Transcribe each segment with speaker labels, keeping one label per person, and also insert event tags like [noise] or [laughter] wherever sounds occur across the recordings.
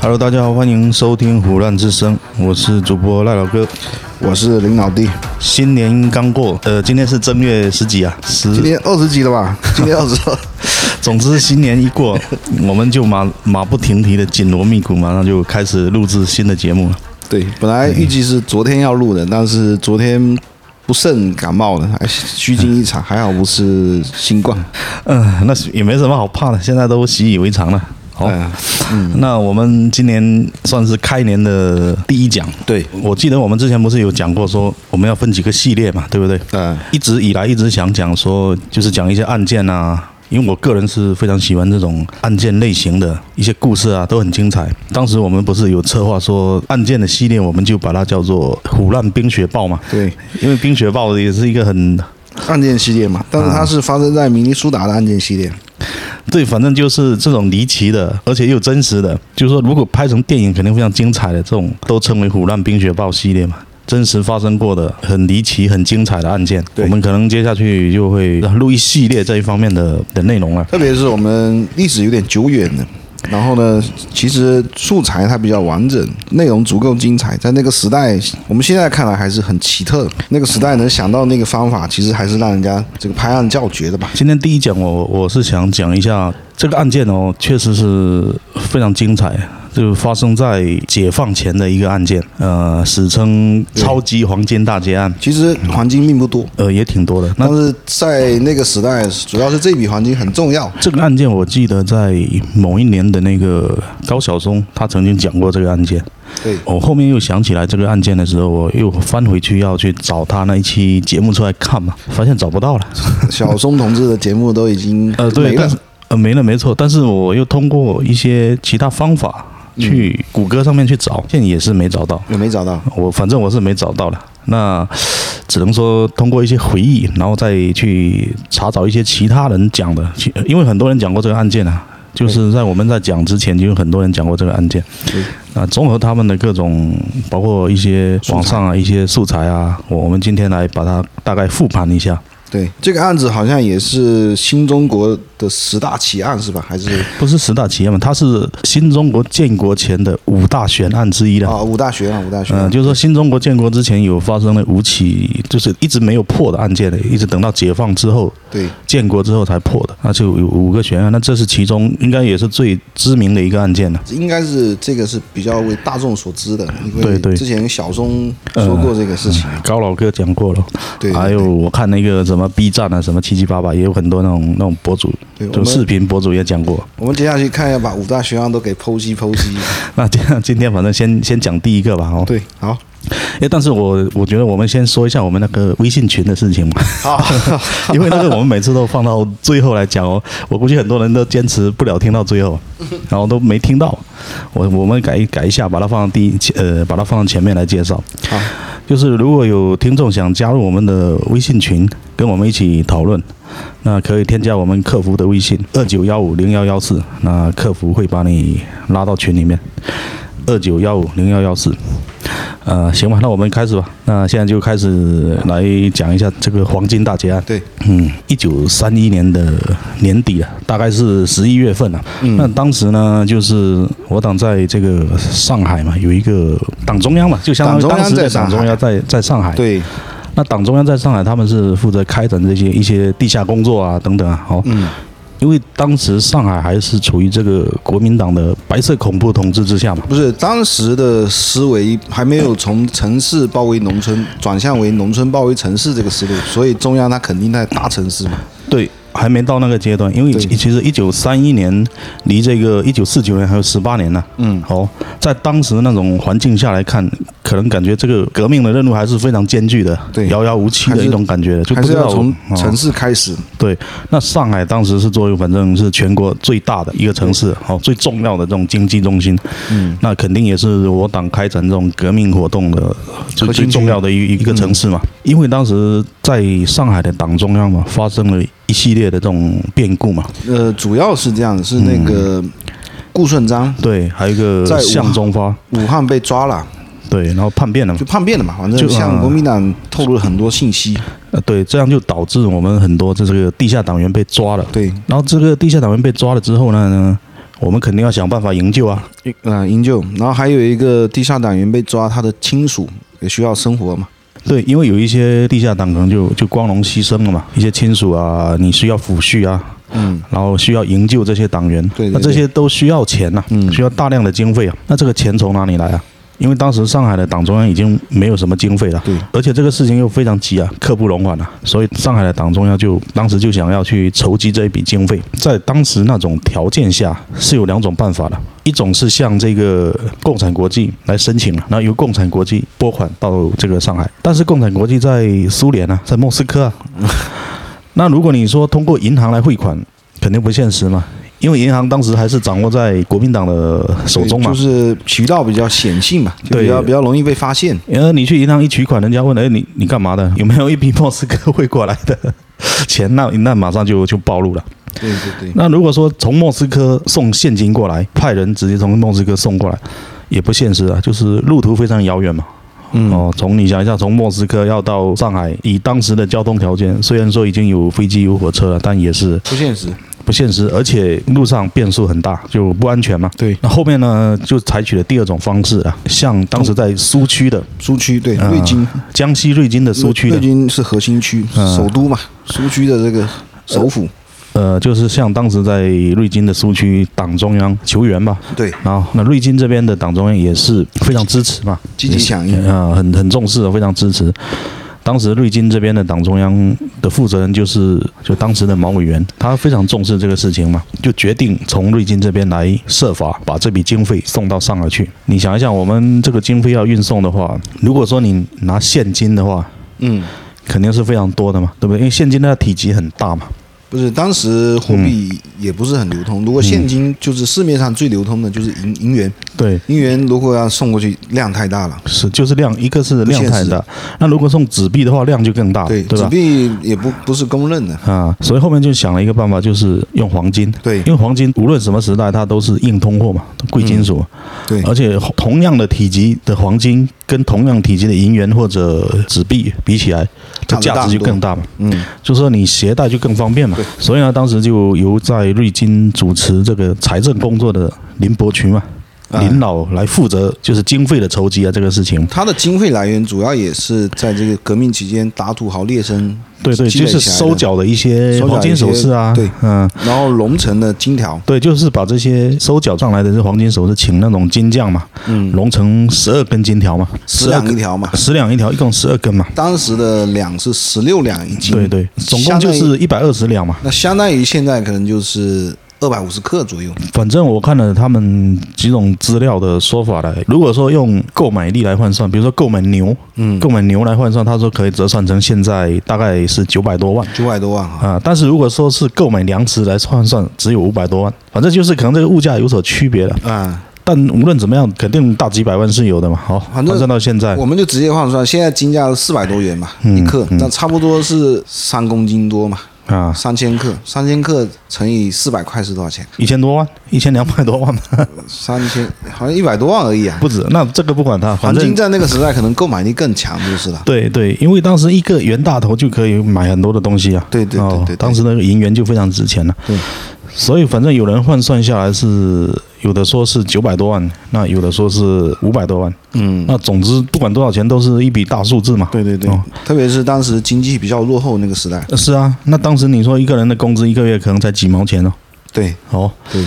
Speaker 1: Hello，大家好，欢迎收听《胡乱之声》，我是主播赖老哥。
Speaker 2: 我是林老弟，
Speaker 1: 新年刚过，呃，今天是正月十几啊，
Speaker 2: 今
Speaker 1: 十。
Speaker 2: 天二十几了 [laughs] 吧？今天二十二，
Speaker 1: 总之，新年一
Speaker 2: [laughs]
Speaker 1: 过，我们就马马不停蹄的紧锣密鼓，马上就开始录制新的节目了。
Speaker 2: 对，本来预计是昨天要录的，但是昨天不慎感冒了，还虚惊一场，还好不是新冠。
Speaker 1: 嗯、那是也没什么好怕的，现在都习以为常了。好，
Speaker 2: 嗯，
Speaker 1: 那我们今年算是开年的第一讲。
Speaker 2: 对，
Speaker 1: 我记得我们之前不是有讲过说我们要分几个系列嘛，对不对？
Speaker 2: 嗯，
Speaker 1: 一直以来一直想讲说，就是讲一些案件啊，因为我个人是非常喜欢这种案件类型的一些故事啊，都很精彩。当时我们不是有策划说案件的系列，我们就把它叫做“虎烂冰雪暴”嘛，
Speaker 2: 对，
Speaker 1: 因为冰雪暴也是一个很
Speaker 2: 案件系列嘛，但是它是发生在明尼苏达的案件系列。
Speaker 1: 对，反正就是这种离奇的，而且又真实的，就是说如果拍成电影，肯定非常精彩的这种，都称为“虎烂冰雪暴”系列嘛。真实发生过的很离奇、很精彩的案件，
Speaker 2: 对
Speaker 1: 我们可能接下去就会录一系列这一方面的的内容了。
Speaker 2: 特别是我们历史有点久远的，然后呢，其实素材它比较完整，内容足够精彩，在那个时代，我们现在看来还是很奇特的。那个时代能想到那个方法，其实还是让人家这个拍案叫绝的吧。
Speaker 1: 今天第一讲我，我是想讲一下这个案件哦，确实是非常精彩，就发生在解放前的一个案件，呃，史称“超级黄金大劫案
Speaker 2: 其实黄金并不多，”，
Speaker 1: 呃，也挺多的。那
Speaker 2: 但是在那个时代，主要是这笔黄金很重要。
Speaker 1: 这个案件，我记得在某一年的那个高晓松，他曾经讲过这个案件。
Speaker 2: 对，
Speaker 1: 我后面又想起来这个案件的时候，我又翻回去要去找他那一期节目出来看嘛，发现找不到了。
Speaker 2: 小松同志的节目都已经
Speaker 1: 呃，对，
Speaker 2: 没
Speaker 1: 但
Speaker 2: 了
Speaker 1: 是。呃没了没错，但是我又通过一些其他方法
Speaker 2: 嗯
Speaker 1: 去谷歌上面去找，现在也是没找到。
Speaker 2: 也没找到，
Speaker 1: 我反正我是没找到了，那只能说通过一些回忆，然后再去查找一些其他人讲的，其因为很多人讲过这个案件啊，就是在我们在讲之前，就有很多人讲过这个案件
Speaker 2: 对。
Speaker 1: 那综合他们的各种，包括一些网上啊、一些素材啊，我我们今天来把它大概复盘一下。
Speaker 2: 对这个案子好像也是新中国的十大奇案是吧？还是
Speaker 1: 不是十大奇案嘛，它是新中国建国前的五大悬案之一了。
Speaker 2: 啊五大学啊五大学
Speaker 1: 嗯、
Speaker 2: 啊，
Speaker 1: 就是说新中国建国之前有发生了五起，就是一直没有破的案件的，一直等到解放之后，
Speaker 2: 对
Speaker 1: 建国之后才破的，那就有五个悬案，那这是其中应该也是最知名的一个案件了。
Speaker 2: 应该是这个是比较为大众所知的，因
Speaker 1: 对
Speaker 2: 为
Speaker 1: 对嗯
Speaker 2: 之前小松说过这个事情，
Speaker 1: 高老哥讲过了，
Speaker 2: 对，
Speaker 1: 还有我看那个什么 B 站啊，什么七七八八，也有很多那种那种博主，
Speaker 2: 对
Speaker 1: 就
Speaker 2: 我
Speaker 1: 视
Speaker 2: 们
Speaker 1: 频博主也讲过。
Speaker 2: 我们接下去看一下，把五大学
Speaker 1: [laughs]
Speaker 2: 案都给剖析剖析。
Speaker 1: 那这样今天反正先先讲第一个吧，哦，
Speaker 2: 对，好，
Speaker 1: 哎，但是我我觉得我们先说一下我们那个微信群的事情嘛，
Speaker 2: 好，
Speaker 1: [laughs] 因为那个我们每次都放到最后来讲哦，我估计很多人都坚持不了听到最后，然后都没听到，我我们改一改一下，把它放到第一呃，把它放到前面来介绍。
Speaker 2: 好，
Speaker 1: 就是如果有听众想加入我们的微信群，跟我们一起讨论，那可以添加我们客服的微信二九幺五零幺幺四，那客服会把你拉到群里面，二九幺五零幺幺四。呃，行吧，那我们开始吧。那现在就开始来讲一下这个黄金大劫案。
Speaker 2: 对，
Speaker 1: 嗯，一九三一年的年底啊，大概是十一月份啊。
Speaker 2: 嗯
Speaker 1: 那当时呢，就是我党在这个上海嘛，有一个党中央嘛，就相当于
Speaker 2: 党中
Speaker 1: 当
Speaker 2: 央
Speaker 1: 时的
Speaker 2: 在上
Speaker 1: 党中央在在上海。
Speaker 2: 对，
Speaker 1: 那党中央在上海，他们是负责开展这些一些地下工作啊等等啊。哦，
Speaker 2: 嗯，
Speaker 1: 因为当时上海还是处于这个国民党的白色恐怖统治之下嘛。
Speaker 2: 不是当时的思维还没有从城市包围农村转向为农村包围城市这个思路，所以中央它肯定在大城市嘛。
Speaker 1: 对，还没到那个阶段，因为
Speaker 2: 对
Speaker 1: 其其实一九三一年离这个一九四九年还有十八年呢、
Speaker 2: 嗯，
Speaker 1: 哦，在当时那种环境下来看，可能感觉这个革命的任务还是非常艰巨的，
Speaker 2: 对
Speaker 1: 遥遥无期的一种感觉的，就
Speaker 2: 还
Speaker 1: 不
Speaker 2: 是
Speaker 1: 知
Speaker 2: 要
Speaker 1: 道
Speaker 2: 从
Speaker 1: 哦
Speaker 2: 城市开始。
Speaker 1: 对，那上海当时是作为反正是全国最大的一个城市，哦，最重要的这种经济中心，
Speaker 2: 嗯，
Speaker 1: 那肯定也是我党开展这种革命活动的最
Speaker 2: 核
Speaker 1: 最
Speaker 2: 心区嗯
Speaker 1: 重要的一一个城市嘛。因为当时在上海的党中央嘛，发生了一系列的这种变故嘛，
Speaker 2: 呃，主要是这样的，是那个
Speaker 1: 嗯
Speaker 2: 顾顺章，
Speaker 1: 对，还有一个
Speaker 2: 在武
Speaker 1: 向忠发，
Speaker 2: 武汉被抓了，
Speaker 1: 对，然后叛变了嘛
Speaker 2: 就，叛变了嘛，反
Speaker 1: 就
Speaker 2: 正向
Speaker 1: 啊
Speaker 2: 国民党透露了很多信息。
Speaker 1: 呃对，这样就导致我们很多这这个地下党员被抓了。
Speaker 2: 对，
Speaker 1: 然后这个地下党员被抓了之后呢，我们肯定要想办法营救啊。
Speaker 2: 嗯，营救。然后还有一个地下党员被抓，他的亲属也需要生活嘛。
Speaker 1: 对，因为有一些地下党可能就就光荣牺牲了嘛，一些亲属啊，你需要抚恤啊，
Speaker 2: 嗯，
Speaker 1: 然后需要营救这些党员，
Speaker 2: 对对
Speaker 1: 那这
Speaker 2: 对
Speaker 1: 些都需要钱呐、
Speaker 2: 嗯
Speaker 1: 需要大量的经费啊。那这个钱从哪里来啊？因为当时上海的党中央已经没有什么经费了，
Speaker 2: 对，
Speaker 1: 而且这个事情又非常急啊，刻不容缓啊，所以上海的党中央就当时就想要去筹集这一笔经费。在当时那种条件下，是有两种办法的，一种是向这个共产国际来申请了，然后由共产国际拨款到这个上海。但是共产国际在苏联啊，在莫斯科啊，那如果你说通过银行来汇款，肯定不现实嘛。因为银行当时还是掌握在国民党的手中嘛
Speaker 2: 就，是渠道比较显性嘛，就
Speaker 1: 对
Speaker 2: 比较比较容易被发现。
Speaker 1: 然呃后你去银行一取款，人家问：“哎，你你干嘛的？有没有一笔莫斯科汇过来的 [laughs] 钱？”那那马上就就暴露了。
Speaker 2: 对对对，
Speaker 1: 那如果说从莫斯科送现金过来，派人直接从莫斯科送过来，也不现实啊，就是路途非常遥远嘛。
Speaker 2: 嗯，
Speaker 1: 哦，从你想一下，从莫斯科要到上海，以当时的交通条件，虽然说已经有飞机有火车了，但也是
Speaker 2: 不现实。
Speaker 1: 不现实，而且路上变数很大，就不安全嘛。
Speaker 2: 对，
Speaker 1: 那后面呢，就采取了第二种方式啊，像当时在苏区的
Speaker 2: 苏区对
Speaker 1: 嗯
Speaker 2: 瑞金，
Speaker 1: 江西瑞金的苏区的
Speaker 2: 瑞，金是核心区，
Speaker 1: 嗯
Speaker 2: 首都嘛，苏区的这个首府。
Speaker 1: 呃，就是像当时在瑞金的苏区党中央求援吧，
Speaker 2: 对，
Speaker 1: 然后那瑞金这边的党中央也是非常支持嘛，
Speaker 2: 积极响应
Speaker 1: 也是啊、很很重视，非常支持。当时瑞金这边的党中央的负责人就是就当时的毛委员，他非常重视这个事情嘛，就决定从瑞金这边来设法把这笔经费送到上海去。你想一想，我们这个经费要运送的话，如果说你拿现金的话，
Speaker 2: 嗯，
Speaker 1: 肯定是非常多的嘛，对不对？因为现金它的体积很大嘛，
Speaker 2: 不是，当时货
Speaker 1: 嗯
Speaker 2: 币也不是很流通。如果现金就是市面上最流通的，就是银银元，
Speaker 1: 对，
Speaker 2: 银元如果要送过去，量太大了。
Speaker 1: 是，就是量，一个是
Speaker 2: 不
Speaker 1: 量
Speaker 2: 现
Speaker 1: 太
Speaker 2: 实
Speaker 1: 大，那如果送纸币的话，量就更大了，
Speaker 2: 对，
Speaker 1: 对
Speaker 2: 纸
Speaker 1: 吧？
Speaker 2: 币也不不是公认的。
Speaker 1: 啊，所以后面就想了一个办法，就是用黄金，
Speaker 2: 对
Speaker 1: 因为黄金无论什么时代，它都是硬通货嘛，贵金属嘛，
Speaker 2: 嗯对，
Speaker 1: 而且同样的体积的黄金跟同样体积的银元或者纸币比起来，它
Speaker 2: 差
Speaker 1: 价
Speaker 2: 得大
Speaker 1: 值
Speaker 2: 很
Speaker 1: 就
Speaker 2: 多
Speaker 1: 更大嘛。
Speaker 2: 嗯，
Speaker 1: 就说你携带就更方便嘛
Speaker 2: 对。
Speaker 1: 所以呢，当时就由在瑞金主持这个财政工作的林伯渠嘛，
Speaker 2: 啊
Speaker 1: 林老来负责就是经费的筹集啊这个事情。
Speaker 2: 它的经费来源主要也是在这个革命期间打土豪劣绅，
Speaker 1: 对对，
Speaker 2: 积
Speaker 1: 就
Speaker 2: 累
Speaker 1: 是
Speaker 2: 起来
Speaker 1: 收
Speaker 2: 的
Speaker 1: 缴的一些
Speaker 2: 收缴
Speaker 1: 黄金
Speaker 2: 一些
Speaker 1: 首饰啊，
Speaker 2: 对，
Speaker 1: 嗯。
Speaker 2: 然后笼城的金条，
Speaker 1: 对，就是把这些收缴上来的这黄金首饰，请那种金匠嘛，
Speaker 2: 嗯，
Speaker 1: 熔成十二根金条嘛，
Speaker 2: 十
Speaker 1: 12
Speaker 2: 两一
Speaker 1: 根，
Speaker 2: 条嘛，
Speaker 1: 十两一条，一共十二根嘛，
Speaker 2: 当时的两是十六两一斤，
Speaker 1: 对对，总共
Speaker 2: 相
Speaker 1: 就
Speaker 2: 当于
Speaker 1: 是一百二十两嘛。
Speaker 2: 那相当于现在可能就是二百五十克左右，
Speaker 1: 反正我看了他们几种资料的说法来，如果说用购买力来换算，比如说购买牛，
Speaker 2: 嗯
Speaker 1: 购买牛来换算，他说可以折算成现在大概是九百多万。
Speaker 2: 九百多万哈。
Speaker 1: 啊，但是如果说是购买粮食来换算，只有五百多万，反正就是可能这个物价有所区别了。
Speaker 2: 啊、
Speaker 1: 但无论怎么样，肯定大几百万是有的嘛。好，
Speaker 2: 反
Speaker 1: 换
Speaker 2: 正
Speaker 1: 算到现在，
Speaker 2: 我们就直接换算，现在金价是四百多元嘛，
Speaker 1: 嗯
Speaker 2: 一克，那差不多是三公斤多嘛，
Speaker 1: 啊，
Speaker 2: 三千克，三千克乘以四百块是多少钱？
Speaker 1: 一千多万，一千两百多万
Speaker 2: [laughs]
Speaker 1: 吧，
Speaker 2: 三千好像一百多万而已啊。
Speaker 1: 不止。那这个不管它，反
Speaker 2: 黄金
Speaker 1: 正
Speaker 2: 在那个时代可能购买力更强就是了。
Speaker 1: 对对，因为当时一个袁大头就可以买很多的东西啊。
Speaker 2: 对对对对对
Speaker 1: 哦，当时那个银元就非常值钱了。
Speaker 2: 对，
Speaker 1: 所以反正有人换算下来是有的说是九百多万，那有的说是五百多万，
Speaker 2: 嗯，
Speaker 1: 那总之不管多少钱都是一笔大数字嘛。
Speaker 2: 对对对，
Speaker 1: 哦
Speaker 2: 特别是当时经济比较落后那个时代，
Speaker 1: 呃是啊，那当时你说一个人的工资一个月可能才几毛钱哦。
Speaker 2: 对
Speaker 1: 哦，
Speaker 2: 对，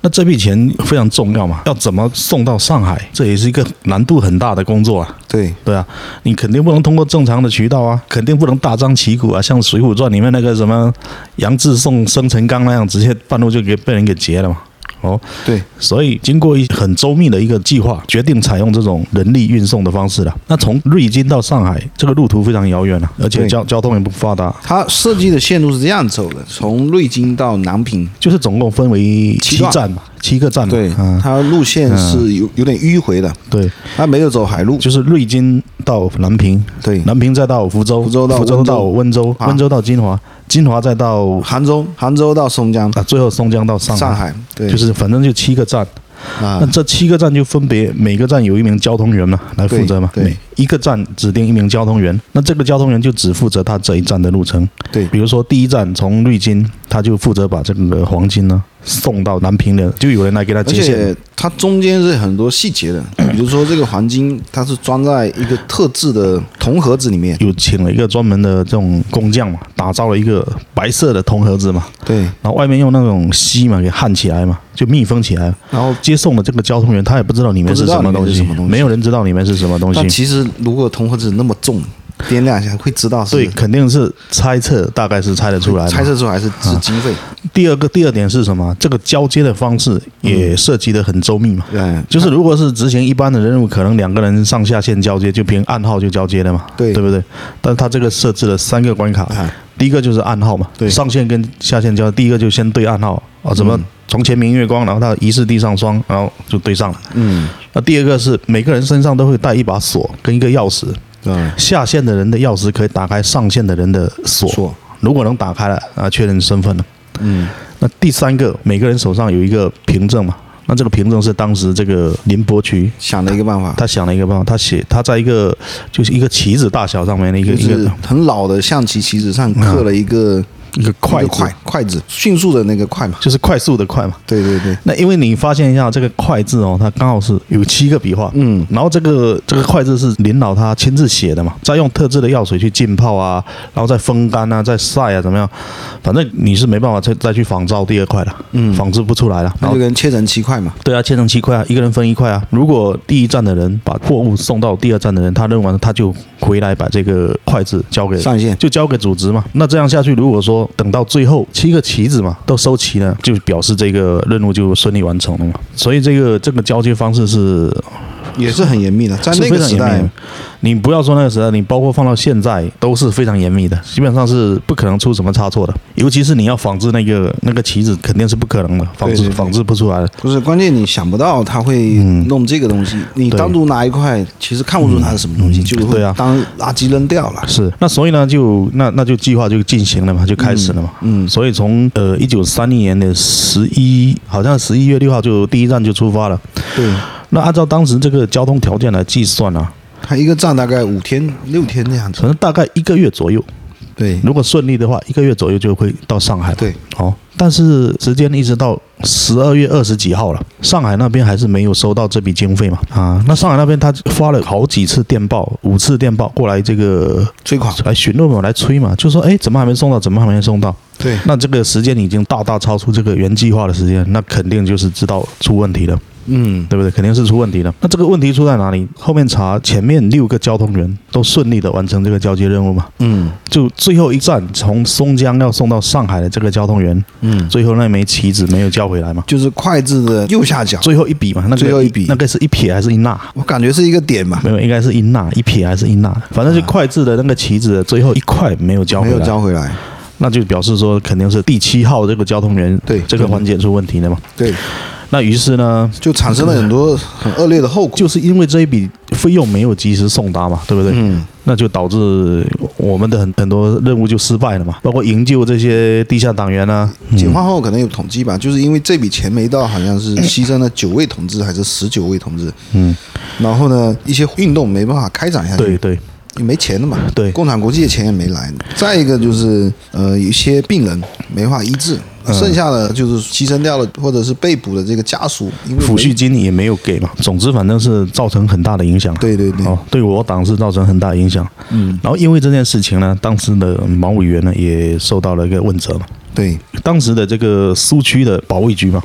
Speaker 1: 那这笔钱非常重要嘛，要怎么送到上海，这也是一个难度很大的工作啊。
Speaker 2: 对
Speaker 1: 对啊，你肯定不能通过正常的渠道啊，肯定不能大张旗鼓啊，像《水浒传》里面那个什么杨志送生辰纲那样，直接半路就给被人给劫了嘛。哦，
Speaker 2: 对，
Speaker 1: 所以经过一很周密的一个计划，决定采用这种人力运送的方式了。那从瑞金到上海，这个路途非常遥远啊，而且
Speaker 2: 对
Speaker 1: 交交通也不发达，
Speaker 2: 它设计的线路是这样走的，从瑞金到南平，
Speaker 1: 就是总共分为
Speaker 2: 七
Speaker 1: 七
Speaker 2: 段
Speaker 1: 站嘛，七个站嘛。
Speaker 2: 对，
Speaker 1: 嗯，
Speaker 2: 它路线是有有点迂回的，
Speaker 1: 对，
Speaker 2: 它没有走海路，
Speaker 1: 就是瑞金到南平，
Speaker 2: 对，
Speaker 1: 南平再到福州，
Speaker 2: 福州到
Speaker 1: 福州
Speaker 2: 温州
Speaker 1: 到温州，
Speaker 2: 啊
Speaker 1: 温州到金华，金华再到
Speaker 2: 杭州，杭州到松江，
Speaker 1: 啊，最后松江到上海，
Speaker 2: 上海，对，
Speaker 1: 就是反正就七个站，
Speaker 2: 啊
Speaker 1: 那，这七个站就分别每个站有一名交通员嘛来负责嘛，
Speaker 2: 对对
Speaker 1: 每一个站指定一名交通员，那这个交通员就只负责他这一站的路程。
Speaker 2: 对
Speaker 1: 比如说第一站从绿金，他就负责把这个黄金呢送到南平的，就有人来给他
Speaker 2: 而
Speaker 1: 接线。
Speaker 2: 且它中间是很多细 [clears throat] 节的，比如说这个黄金，它是装在一个特制的铜盒子里面。
Speaker 1: 又请了一个专门的这种工匠嘛，打造了一个白色的铜盒子嘛，
Speaker 2: 对，
Speaker 1: 然后外面用那种锡嘛给焊起来嘛，就密封起来。
Speaker 2: 然后
Speaker 1: 接送的这个交通员他也不知道里面是什么东
Speaker 2: 不知道里面是
Speaker 1: 西
Speaker 2: 什么东，西
Speaker 1: 没有人知道里面是什么东西
Speaker 2: 但。其实如果铜盒子那么重，掂量一下会知道是
Speaker 1: 对，肯定是猜测，大概是猜得出来的。
Speaker 2: 猜测出来是是经费。
Speaker 1: 第二个第二点是什么？这个交接的方式也涉及得很周密嘛。
Speaker 2: 嗯，
Speaker 1: 就是如果是执行一般的任务，可能两个人上下线交接就凭暗号就交接了嘛，
Speaker 2: 对
Speaker 1: 对不对？但他这个设置了三个关卡，
Speaker 2: 啊，
Speaker 1: 第一个就是暗号嘛，
Speaker 2: 对
Speaker 1: 上线跟下线交，第一个就先对暗号啊，怎么
Speaker 2: 嗯
Speaker 1: 从前明月光，然后他疑是地上霜，然后就对上了。
Speaker 2: 嗯，
Speaker 1: 那第二个是每个人身上都会带一把锁跟一个钥匙，
Speaker 2: 对，
Speaker 1: 下线的人的钥匙可以打开上线的人的锁，
Speaker 2: 错，
Speaker 1: 如果能打开了啊，确认身份了。
Speaker 2: 嗯，
Speaker 1: 那第三个，每个人手上有一个凭证嘛，那这个凭证是当时这个林伯渠
Speaker 2: 想了一个办法，
Speaker 1: 他想了一个办法，他写他在一个就是一个棋子大小上面的一个
Speaker 2: 就
Speaker 1: 一
Speaker 2: 是
Speaker 1: 个
Speaker 2: 很老的象棋棋子上刻了一个
Speaker 1: 一个
Speaker 2: 一
Speaker 1: 筷
Speaker 2: 个
Speaker 1: 子
Speaker 2: 嗯筷，筷子，迅速的那个筷嘛。
Speaker 1: 就是快速的快嘛。
Speaker 2: 对对对，
Speaker 1: 那因为你发现一下这个快字哦，它刚好是有七个笔画，
Speaker 2: 嗯，
Speaker 1: 然后这个这个快字是林老他亲自写的嘛，再用特制的药水去浸泡啊，然后再风干啊，再晒啊，怎么样？反正你是没办法再再去仿造第二块了，
Speaker 2: 嗯
Speaker 1: 仿制不出来了。然
Speaker 2: 那
Speaker 1: 后
Speaker 2: 就跟切成七块嘛。
Speaker 1: 对啊，切成七块啊，一个人分一块啊。如果第一站的人把货物送到第二站的人，他认完了他就回来把这个筷子交给。
Speaker 2: 上线
Speaker 1: 就交给组织嘛，那这样下去，如果说等到最后七个棋子嘛都收齐了，就表示这个任务就顺利完成了嘛。所以这个这个交接方式是
Speaker 2: 也是很严密的，在
Speaker 1: 是
Speaker 2: 那
Speaker 1: 非
Speaker 2: 个
Speaker 1: 常
Speaker 2: 时
Speaker 1: 严密
Speaker 2: 代啊
Speaker 1: 的，。你不要说那个时代，你包括放到现在都是非常严密的，基本上是不可能出什么差错的。尤其是你要仿制那个那个棋子，肯定是不可能的，仿制
Speaker 2: 对对对
Speaker 1: 仿制不出来的。
Speaker 2: 不是关键，你想不到他会
Speaker 1: 嗯
Speaker 2: 弄这个东西。你单独拿一块，其实看不出它是什么东西，
Speaker 1: 嗯
Speaker 2: 就会
Speaker 1: 对啊
Speaker 2: 当垃圾扔掉了。
Speaker 1: 是，那所以呢，就那那就计划就进行了嘛，就开始了嘛。
Speaker 2: 嗯，
Speaker 1: 所以从呃一九三零年的十一，好像十一月六号就第一站就出发了。
Speaker 2: 对，
Speaker 1: 那按照当时这个交通条件来计算啊，
Speaker 2: 他一个站大概五天六天那样子。
Speaker 1: 可能大概一个月左右，
Speaker 2: 对
Speaker 1: 如果顺利的话，一个月左右就会到上海。
Speaker 2: 对，
Speaker 1: 哦，但是时间一直到十二月二十几号了，上海那边还是没有收到这笔经费嘛？啊，那上海那边他发了好几次电报，五次电报过来这个
Speaker 2: 最狂。
Speaker 1: 来询问嘛，来催嘛，就说哎，怎么还没送到？怎么还没送到？
Speaker 2: 对，
Speaker 1: 那这个时间已经大大超出这个原计划的时间，那肯定就是知道出问题了，
Speaker 2: 嗯，
Speaker 1: 对不对？肯定是出问题了。那这个问题出在哪里？后面查前面六个交通员都顺利的完成这个交接任务嘛？
Speaker 2: 嗯
Speaker 1: 就最后一站从松江要送到上海的这个交通员，
Speaker 2: 嗯，
Speaker 1: 最后那枚棋子没有交回来嘛？
Speaker 2: 就是筷子的右下角，
Speaker 1: 最后一笔嘛，那个
Speaker 2: 最后一笔
Speaker 1: 那个是一撇还是一捺？
Speaker 2: 我感觉是一个点吧，
Speaker 1: 没有，应该是一捺，一撇还是一捺？反正就快字的那个棋子的最后一块没有交
Speaker 2: 没
Speaker 1: 回
Speaker 2: 有
Speaker 1: 来，
Speaker 2: 交回来。
Speaker 1: 那就表示说肯定是第七号这个交通员
Speaker 2: 对
Speaker 1: 这个环节出问题了嘛？
Speaker 2: 对，
Speaker 1: 那于是呢，
Speaker 2: 就产生了很多很恶劣的后果。
Speaker 1: 就是因为这一笔费用没有及时送达嘛，对不对？
Speaker 2: 嗯，
Speaker 1: 那就导致我们的很很多任务就失败了嘛，包括营救这些地下党员啊，
Speaker 2: 解放后可能有统计吧，就是因为这笔钱没到，好像是牺牲了九位同志还是十九位同志。
Speaker 1: 嗯，
Speaker 2: 然后呢，一些运动没办法开展下去，
Speaker 1: 对对
Speaker 2: 也没钱了嘛。
Speaker 1: 对
Speaker 2: 共产国际的钱也没来。再一个就是，呃，有一些病人没法医治，
Speaker 1: 嗯
Speaker 2: 剩下的就是牺牲掉了或者是被捕的这个家属，因为
Speaker 1: 抚恤
Speaker 2: 没。
Speaker 1: 金也没有给嘛，总之反正是造成很大的影响。
Speaker 2: 对对对，
Speaker 1: 哦，对我党是造成很大影响。
Speaker 2: 嗯，
Speaker 1: 然后因为这件事情呢，当时的毛委员呢也受到了一个问责嘛。
Speaker 2: 对。
Speaker 1: 当时的这个苏区的保卫局嘛，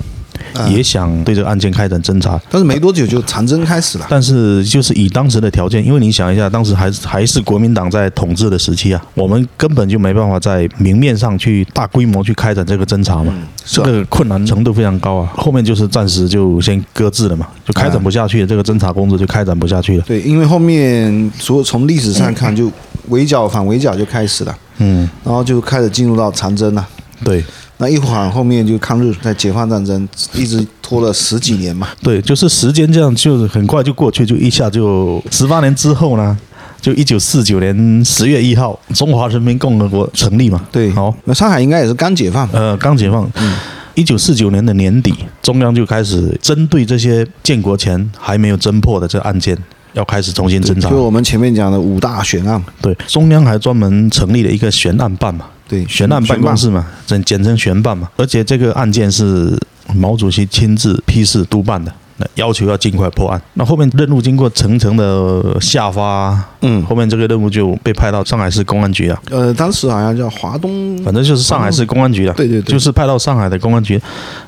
Speaker 2: 啊
Speaker 1: 也想对这个案件开展侦查，
Speaker 2: 但是没多久就长征开始了。
Speaker 1: 但是就是以当时的条件，因为你想一下，当时还是还是国民党在统治的时期啊，我们根本就没办法在明面上去大规模去开展这个侦查嘛，
Speaker 2: 是
Speaker 1: 这
Speaker 2: 啊
Speaker 1: 个困难程度非常高啊。后面就是暂时就先搁置了嘛，就开展不下去了，这个侦查工作就开展不下去了。
Speaker 2: 对，因为后面所有从历史上看，就围剿反围剿就开始了，
Speaker 1: 嗯，
Speaker 2: 然后就开始进入到长征了。
Speaker 1: 对
Speaker 2: 那一晃后面就抗日，在解放战争一直拖了十几年嘛。
Speaker 1: 对，就是时间这样，就是很快就过去，就一下就十八年之后呢。就一九四九年十月一号，中华人民共和国成立嘛。
Speaker 2: 对，
Speaker 1: 好、
Speaker 2: 那上海应该也是刚解放，
Speaker 1: 呃，刚解放，
Speaker 2: 嗯
Speaker 1: 一九四九年的年底，中央就开始针对这些建国前还没有侦破的这案件，要开始重新侦查
Speaker 2: 就。我们前面讲的五大悬案，
Speaker 1: 对，中央还专门成立了一个悬案办嘛，
Speaker 2: 对，
Speaker 1: 悬案办公室嘛，
Speaker 2: 嗯
Speaker 1: 简简称悬办嘛。而且这个案件是毛主席亲自批示督办的，那要求要尽快破案。那后面任务经过层层的下发，
Speaker 2: 嗯，
Speaker 1: 后面这个任务就被派到上海市公安局了，啊
Speaker 2: 呃，当时好像叫华东，
Speaker 1: 反正就是上海市公安局了。啊
Speaker 2: 对对对，
Speaker 1: 就是派到上海的公安局，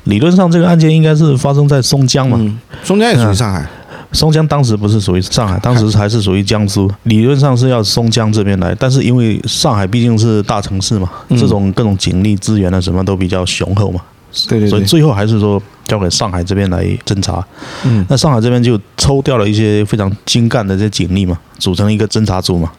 Speaker 1: 理论上这个案件应该是发生在松江嘛，
Speaker 2: 嗯，松江也属于上海，
Speaker 1: 松江当时不是属于上海，当时还是属于江苏，理论上是要松江这边来，但是因为上海毕竟是大城市嘛，
Speaker 2: 嗯
Speaker 1: 这种各种警力资源啊什么都比较雄厚嘛，
Speaker 2: 对对
Speaker 1: 嗯所以
Speaker 2: 对，
Speaker 1: 最后还是说交给上海这边来侦查。
Speaker 2: 嗯，
Speaker 1: 那上海这边就抽调了一些非常精干的这些警力嘛，组成一个侦查组嘛，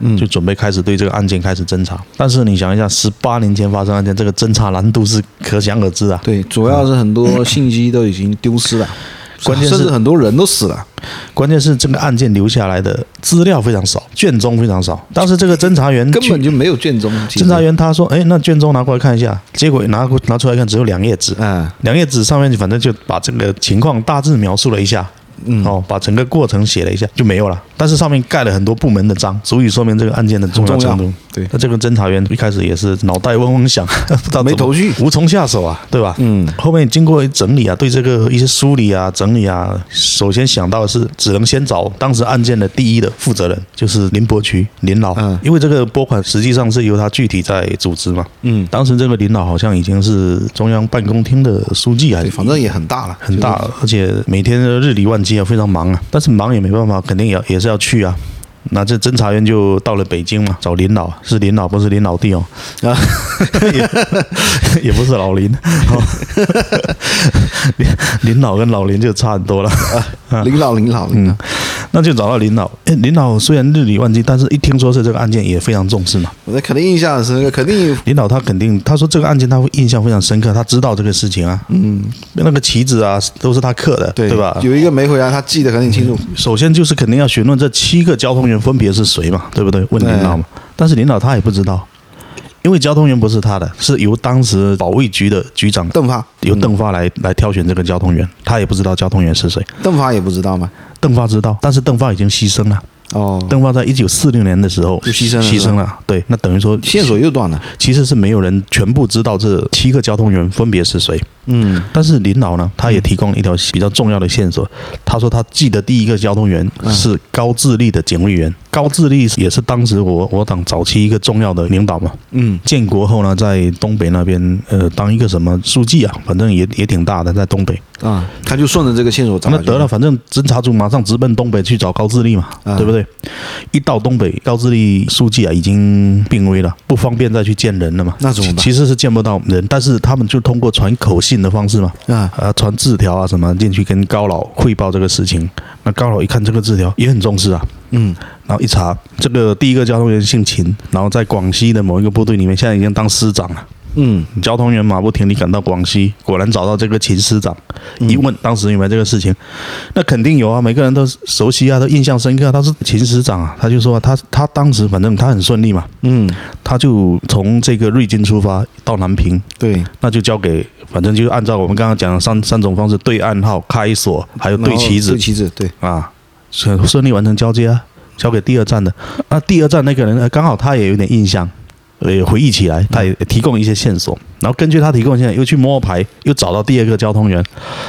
Speaker 2: 嗯
Speaker 1: 就准备开始对这个案件开始侦查。但是你想一下，十八年前发生案件，这个侦查难度是可想而知啊。
Speaker 2: 对，主要是很多信息都已经丢失了，
Speaker 1: 嗯关键是
Speaker 2: 甚至很多人都死了，
Speaker 1: 关键是这个案件留下来的资料非常少，卷宗非常少。当时这个侦查员
Speaker 2: 根
Speaker 1: 去
Speaker 2: 本就没有卷宗。其实
Speaker 1: 侦查，员他说：“哎，那卷宗拿过来看一下。”结果拿过拿出来看，只有两页纸，
Speaker 2: 嗯
Speaker 1: 两页纸上面反正就把这个情况大致描述了一下，
Speaker 2: 嗯，
Speaker 1: 哦，把整个过程写了一下就没有了。但是上面盖了很多部门的章，足以说明这个案件的重要
Speaker 2: 重要
Speaker 1: 程度。
Speaker 2: 对，
Speaker 1: 那这个侦查员一开始也是脑袋嗡嗡响，不知道怎么
Speaker 2: 没头绪，
Speaker 1: 无从下手啊，对吧？
Speaker 2: 嗯，
Speaker 1: 后面经过整理啊，对这个一些梳理啊、整理啊，首先想到的是只能先找当时案件的第一的负责人，就是林伯渠林老，
Speaker 2: 嗯
Speaker 1: 因为这个拨款实际上是由他具体在组织嘛。
Speaker 2: 嗯，
Speaker 1: 当时这个林老好像已经是中央办公厅的书记还
Speaker 2: 对，
Speaker 1: 是
Speaker 2: 反正也很大了，
Speaker 1: 很大，而且每天的日理万机啊，非常忙啊。但是忙也没办法，肯定也也是要去啊。那这侦查员就到了北京嘛，找林老，是林老，不是林老弟哦， [laughs]
Speaker 2: 啊
Speaker 1: 也也不是老林， [laughs] 哦、林林老跟老林就差很多了。嗯
Speaker 2: 就是林老林老林老，
Speaker 1: 那就找到林老，哎，林老虽然日理万机，但是一听说是这个案件也非常重视嘛。
Speaker 2: 我那肯定印象很深刻，肯定
Speaker 1: 领导他肯定，他说这个案件他会印象非常深刻，他知道这个事情啊，
Speaker 2: 嗯，
Speaker 1: 那个旗子啊都是他刻的，
Speaker 2: 对
Speaker 1: 吧？嗯
Speaker 2: 有一个没回来，他记得很很清楚，
Speaker 1: 首先就是肯定要询问这七个交通员分别是谁嘛，对不对？问领导嘛，但是领导他也不知道，因为交通员不是他的，是由当时保卫局的局长
Speaker 2: 邓发，
Speaker 1: 由邓发来来挑选这个交通员，他也不知道交通员是谁。
Speaker 2: 邓发也不知道吗？
Speaker 1: 邓发知道，但是邓发已经牺牲了。
Speaker 2: 哦，
Speaker 1: 邓发在一九四六年的时候
Speaker 2: 就牺牲了
Speaker 1: 牺牲了。对，那等于说
Speaker 2: 线索又断了，
Speaker 1: 其实是没有人全部知道这七个交通员分别是谁。
Speaker 2: 嗯，
Speaker 1: 但是林老呢，他也提供了一条比较重要的线索。他说他记得第一个交通员
Speaker 2: 嗯
Speaker 1: 是高智力的警卫员，高智力也是当时我我党早期一个重要的领导嘛。
Speaker 2: 嗯
Speaker 1: 建国后呢，在东北那边呃当一个什么书记啊，反正也也挺大的，在东北。
Speaker 2: 啊，他就顺着这个线索找
Speaker 1: 那
Speaker 2: 下去，
Speaker 1: 得了，反正侦查组马上直奔东北去找高智力嘛，
Speaker 2: 啊
Speaker 1: 对不对？一到东北，高智力书记啊已经病危了，不方便再去见人了嘛。
Speaker 2: 那怎么办
Speaker 1: 其其实是见不到人，但是他们就通过传口信的方式嘛，
Speaker 2: 啊，
Speaker 1: 啊，传字条啊什么进去跟高老汇报这个事情。那高老一看这个字条也很重视啊，
Speaker 2: 嗯
Speaker 1: 然后一查，这个第一个交通员姓秦，然后在广西的某一个部队里面，现在已经当师长了。
Speaker 2: 嗯
Speaker 1: 交通员马不停地赶到广西，果然找到这个秦师长，一问当时有没有这个事情，那肯定有啊，每个人都熟悉啊，都印象深刻、啊。他是秦师长啊，他就说、啊、他他当时反正他很顺利嘛，
Speaker 2: 嗯，
Speaker 1: 他就从这个瑞金出发到南平，
Speaker 2: 对，
Speaker 1: 那就交给，反正就按照我们刚刚讲的三三种方式，对暗号、开锁，还有对
Speaker 2: 然后
Speaker 1: 旗子
Speaker 2: 对棋子，对，
Speaker 1: 啊，顺顺利完成交接啊，交给第二站的。那第二站那个人呃刚好他也有点印象，呃，回忆起来，他也提供一些线索，然后根据他提供的线索又去摸排，又找到第二个交通员，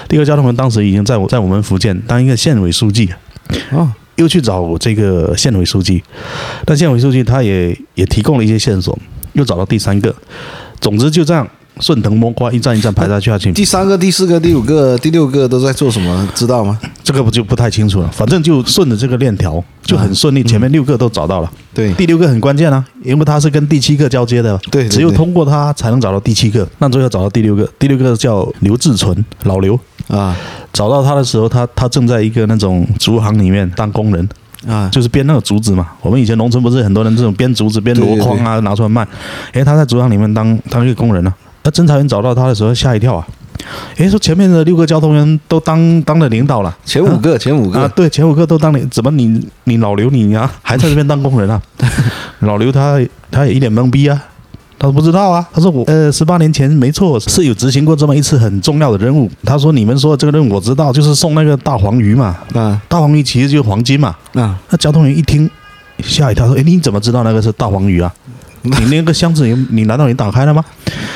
Speaker 1: 第二个交通员当时已经在我在我们福建当一个县委书记，
Speaker 2: 哦，
Speaker 1: 又去找这个县委书记，但县委书记他也也提供了一些线索，又找到第三个，总之就这样顺藤摸瓜，一站一站排下去下去，
Speaker 2: 第三个、第四个、第五个、第六个都在做什么，知道吗？
Speaker 1: 这个不就不太清楚了。反正就顺着这个链条就很顺利，前面六个都找到了，
Speaker 2: 对，
Speaker 1: 第六个很关键啊，因为它是跟第七个交接的，
Speaker 2: 对对
Speaker 1: 只有
Speaker 2: 对
Speaker 1: 通过它才能找到第七个，那最后找到第六个，第六个叫刘志纯，老刘。
Speaker 2: 啊
Speaker 1: 找到他的时候，他他正在一个那种竹行里面当工人，
Speaker 2: 啊，
Speaker 1: 就是编那个竹子嘛。我们以前农村不是很多人这种编竹子、编箩筐啊，拿出来卖。诶，他在竹行里面当当一个工人啊。那侦查员找到他的时候吓一跳啊！诶，说前面的六个交通员都当当了领导了
Speaker 2: 前五个，前五
Speaker 1: 啊
Speaker 2: 个，，
Speaker 1: 对，前五个都当领，怎么你你老刘你啊还在这边当工人啊？老刘他他也一脸懵逼啊，他说不知道啊。他说我呃十八年前没错是有执行过这么一次很重要的任务。他说你们说的这个任务我知道，就是送那个大黄鱼嘛，
Speaker 2: 啊
Speaker 1: 大黄鱼其实就是黄金嘛。
Speaker 2: 啊，
Speaker 1: 那交通员一听吓一跳，说：“哎，你怎么知道那个是大黄
Speaker 2: [laughs]
Speaker 1: 鱼啊？你那个箱子你你难道你打开了吗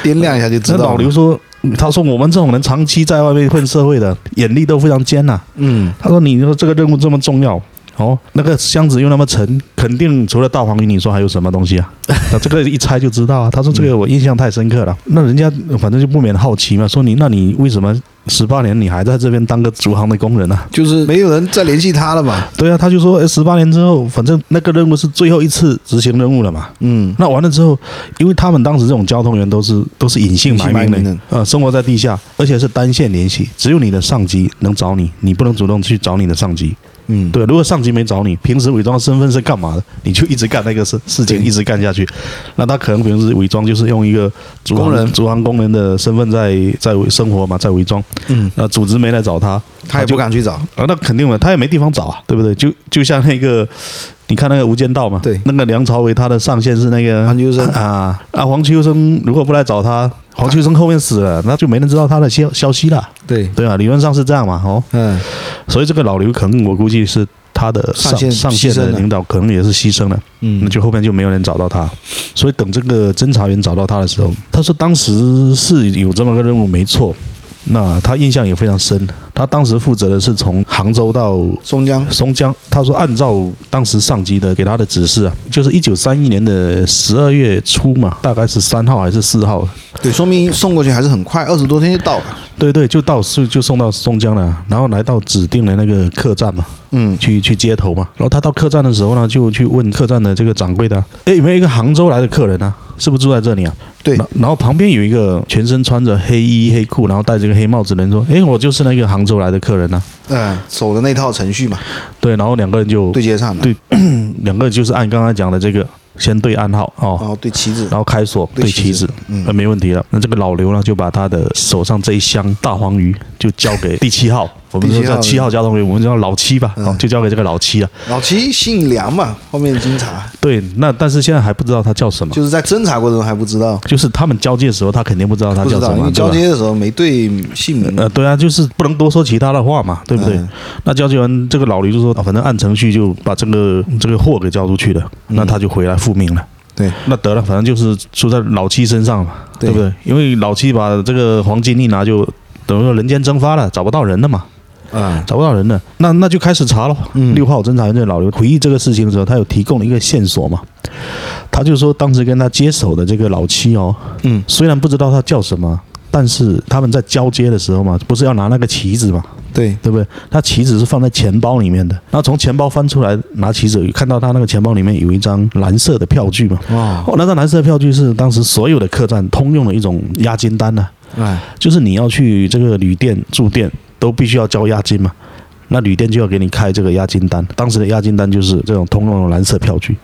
Speaker 2: 掂量一下就？”知
Speaker 1: 那
Speaker 2: 道了。
Speaker 1: 老刘说：“嗯他说我们这种人长期在外面混社会的，眼力都非常尖呐、
Speaker 2: 嗯，
Speaker 1: 他说：“你说这个任务这么重要。”哦，那个箱子又那么沉，肯定除了大黄鱼，你说还有什么东西
Speaker 2: [laughs]
Speaker 1: 啊？那这个一猜就知道啊。他说这个我印象太深刻了。那人家反正就不免好奇嘛，说你那你为什么十八年你还在这边当个竹行的工人啊呢、
Speaker 2: 就是没有人再联系他了嘛。
Speaker 1: 对啊，他就说，十八年之后，反正那个任务是最后一次执行任务了嘛。
Speaker 2: 嗯，
Speaker 1: 那完了之后，因为他们当时这种交通员都是都是隐姓埋
Speaker 2: 隐
Speaker 1: 名
Speaker 2: 姓埋
Speaker 1: 的，
Speaker 2: 名
Speaker 1: 呃，生活在地下，而且是单线联系，只有你的上级能找你，你不能主动去找你的上级。
Speaker 2: 嗯，
Speaker 1: 对，如果上级没找你，平时伪装身份是干嘛的？你就一直干那个事事情，
Speaker 2: 对
Speaker 1: 一直干下去。那他可能平时伪装就是用一个主
Speaker 2: 工人
Speaker 1: 主行工人的身份在在生活嘛，在伪装。
Speaker 2: 嗯，
Speaker 1: 那组织没来找他，
Speaker 2: 他也
Speaker 1: 就
Speaker 2: 不敢去找。
Speaker 1: 啊，那肯定嘛，他也没地方找啊，对不对？就就像那个，你看那个《无间道》嘛，
Speaker 2: 对
Speaker 1: 那个梁朝伟他的上线是那个
Speaker 2: 黄秋生
Speaker 1: 啊啊，黄秋生如果不来找他，黄秋生后面死了，那就没人知道他的消消息了，
Speaker 2: 对，
Speaker 1: 对啊，理论上是这样嘛，哦，
Speaker 2: 嗯，
Speaker 1: 所以这个老刘可能我估计是他的上
Speaker 2: 上线
Speaker 1: 上
Speaker 2: 牺
Speaker 1: 线
Speaker 2: 牲
Speaker 1: 的
Speaker 2: 了
Speaker 1: 领导可能也是牺牲了，
Speaker 2: 嗯
Speaker 1: 那就后面就没有人找到他，所以等这个侦查员找到他的时候，他说当时是有这么个任务没错，那他印象也非常深，他当时负责的是从杭州到
Speaker 2: 松江，
Speaker 1: 松江，他说按照当时上级的给他的指示啊，就是一九三一年的十二月初嘛，大概是三号还是四号，
Speaker 2: 对，说明送过去还是很快，二十多天就到了。
Speaker 1: 对对，就到就就送到松江了，然后来到指定的那个客栈嘛，
Speaker 2: 嗯
Speaker 1: 去去接头嘛。然后他到客栈的时候呢，就去问客栈的这个掌柜的啊，哎，有没有一个杭州来的客人啊？是不是住在这里啊？
Speaker 2: 对
Speaker 1: 然然后旁边有一个全身穿着黑衣黑裤，然后戴着个黑帽子的人说，哎，我就是那个杭州来的客人啊。
Speaker 2: 嗯，走的那套程序嘛，
Speaker 1: 对，然后两个人就
Speaker 2: 对接上了。
Speaker 1: 对 [clears throat] 两个人就是按刚才讲的这个，先对暗号哦。
Speaker 2: 哦，对棋子
Speaker 1: 然，后开锁
Speaker 2: 对嗯
Speaker 1: 对
Speaker 2: 棋
Speaker 1: 棋
Speaker 2: 子
Speaker 1: 子，那没问题了。那这个老刘呢，就把他的手上这一箱大黄鱼就交给第七号，我们
Speaker 2: 第
Speaker 1: 说
Speaker 2: 七号嗯
Speaker 1: 叫七号交通员，我们叫老七吧，哦，就交给这个老七了。
Speaker 2: 老七姓梁嘛，后面经查，
Speaker 1: 对，那但是现在还不知道他叫什么，
Speaker 2: 就是在侦查过程中还不知道，
Speaker 1: 就是他们交接的时候，他肯定不知道他
Speaker 2: 不知
Speaker 1: 叫
Speaker 2: 道，
Speaker 1: 什
Speaker 2: 因
Speaker 1: 么，
Speaker 2: 为交
Speaker 1: 对吧？
Speaker 2: 接的时候没对姓名。
Speaker 1: 呃，对啊，就是不能多说其他的话嘛，对不对？
Speaker 2: 嗯
Speaker 1: 那交接完，这个老刘就说，啊反正按程序就把这个这个货给交出去了，
Speaker 2: 嗯
Speaker 1: 那他就回来复命了。
Speaker 2: 对，
Speaker 1: 那得了，反正就是出在老七身上嘛，
Speaker 2: 对
Speaker 1: 对不对？因为老七把这个黄金一拿就。等于说人间蒸发了，找不到人了嘛，
Speaker 2: 啊，
Speaker 1: 找不到人了，那那就开始查了。
Speaker 2: 嗯
Speaker 1: 六号侦查员这老刘回忆这个事情的时候，他有提供了一个线索嘛，他就说当时跟他接手的这个老七哦，
Speaker 2: 嗯，
Speaker 1: 虽然不知道他叫什么，但是他们在交接的时候嘛，不是要拿那个旗子嘛，
Speaker 2: 对，
Speaker 1: 对不对？他旗子是放在钱包里面的，然后从钱包翻出来拿旗子，看到他那个钱包里面有一张蓝色的票据嘛，
Speaker 2: 哦，
Speaker 1: 哦，那张蓝色票据是当时所有的客栈通用的一种押金单呢、
Speaker 2: 哎，
Speaker 1: 就是你要去这个旅店住店都必须要交押金嘛。那旅店就要给你开这个押金单，当时的押金单就是这种通用的蓝色票据，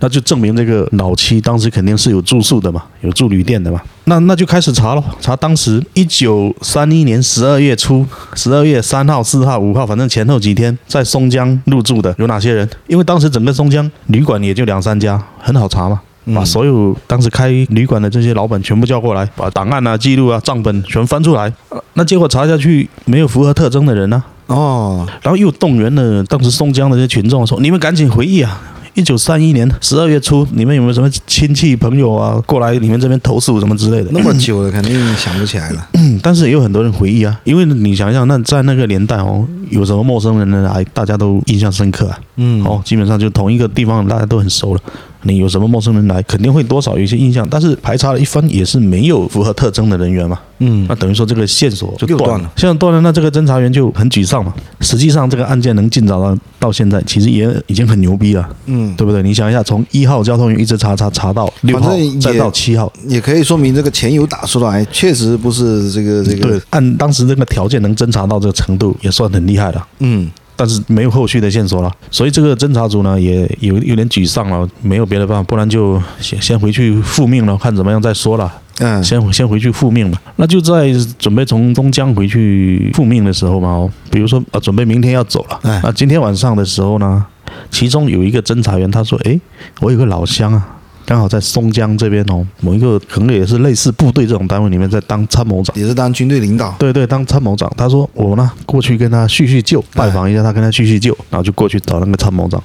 Speaker 1: 那就证明这个老七当时肯定是有住宿的嘛，有住旅店的嘛。那那就开始查咯，查当时一九三一年十二月初，十二月三号、四号、五号，反正前后几天在松江入住的有哪些人？因为当时整个松江旅馆也就两三家，很好查嘛。把所有当时开旅馆的这些老板全部叫过来，把档案啊、记录啊、账本全翻出来。呃那结果查下去，没有符合特征的人啊呢、
Speaker 2: 哦，
Speaker 1: 然后又动员了当时松江的这些群众说：“你们赶紧回忆啊！一九三一年十二月初，你们有没有什么亲戚朋友啊过来你们这边投诉什么之类的？”
Speaker 2: 那么久了，肯定想不起来了。
Speaker 1: 嗯 [clears throat] 但是也有很多人回忆啊，因为你想一想，那在那个年代哦，有什么陌生人能来，大家都印象深刻啊。
Speaker 2: 嗯
Speaker 1: 哦，基本上就同一个地方，大家都很熟了。你有什么陌生人来，肯定会多少有一些印象，但是排查了一番也是没有符合特征的人员嘛。
Speaker 2: 嗯
Speaker 1: 那等于说这个线索就
Speaker 2: 又
Speaker 1: 断
Speaker 2: 断
Speaker 1: 了
Speaker 2: 了，
Speaker 1: 线索断了，那这个侦查员就很沮丧嘛。实际上这个案件能尽早到到现在，其实也已经很牛逼了，
Speaker 2: 嗯，
Speaker 1: 对不对？你想一下，从一号交通员一直查查查到六
Speaker 2: 反
Speaker 1: 号
Speaker 2: 正也，
Speaker 1: 再到七号，
Speaker 2: 也可以说明这个钱有打出来，确实不是这个这
Speaker 1: 对
Speaker 2: 个，，
Speaker 1: 按当时这个条件能侦查到这个程度，也算很厉害了。
Speaker 2: 嗯，
Speaker 1: 但是没有后续的线索了，所以这个侦查组呢也有有点沮丧了，没有别的办法，不然就先先回去复命了，看怎么样再说了。
Speaker 2: 嗯，
Speaker 1: 先先回去复命了。那就在准备从东江回去复命的时候嘛，哦，比如说啊，准备明天要走了，
Speaker 2: 哎
Speaker 1: 那今天晚上的时候呢，其中有一个侦查员他说：“诶，我有个老乡啊，刚好在松江这边哦，某一个可能也是类似部队这种单位里面在当参谋长。
Speaker 2: 也是当军队领导。
Speaker 1: 对对，当参谋长，他说我呢过去跟他叙叙旧，拜访一下他，跟他叙叙旧，然后就过去找那个参谋长。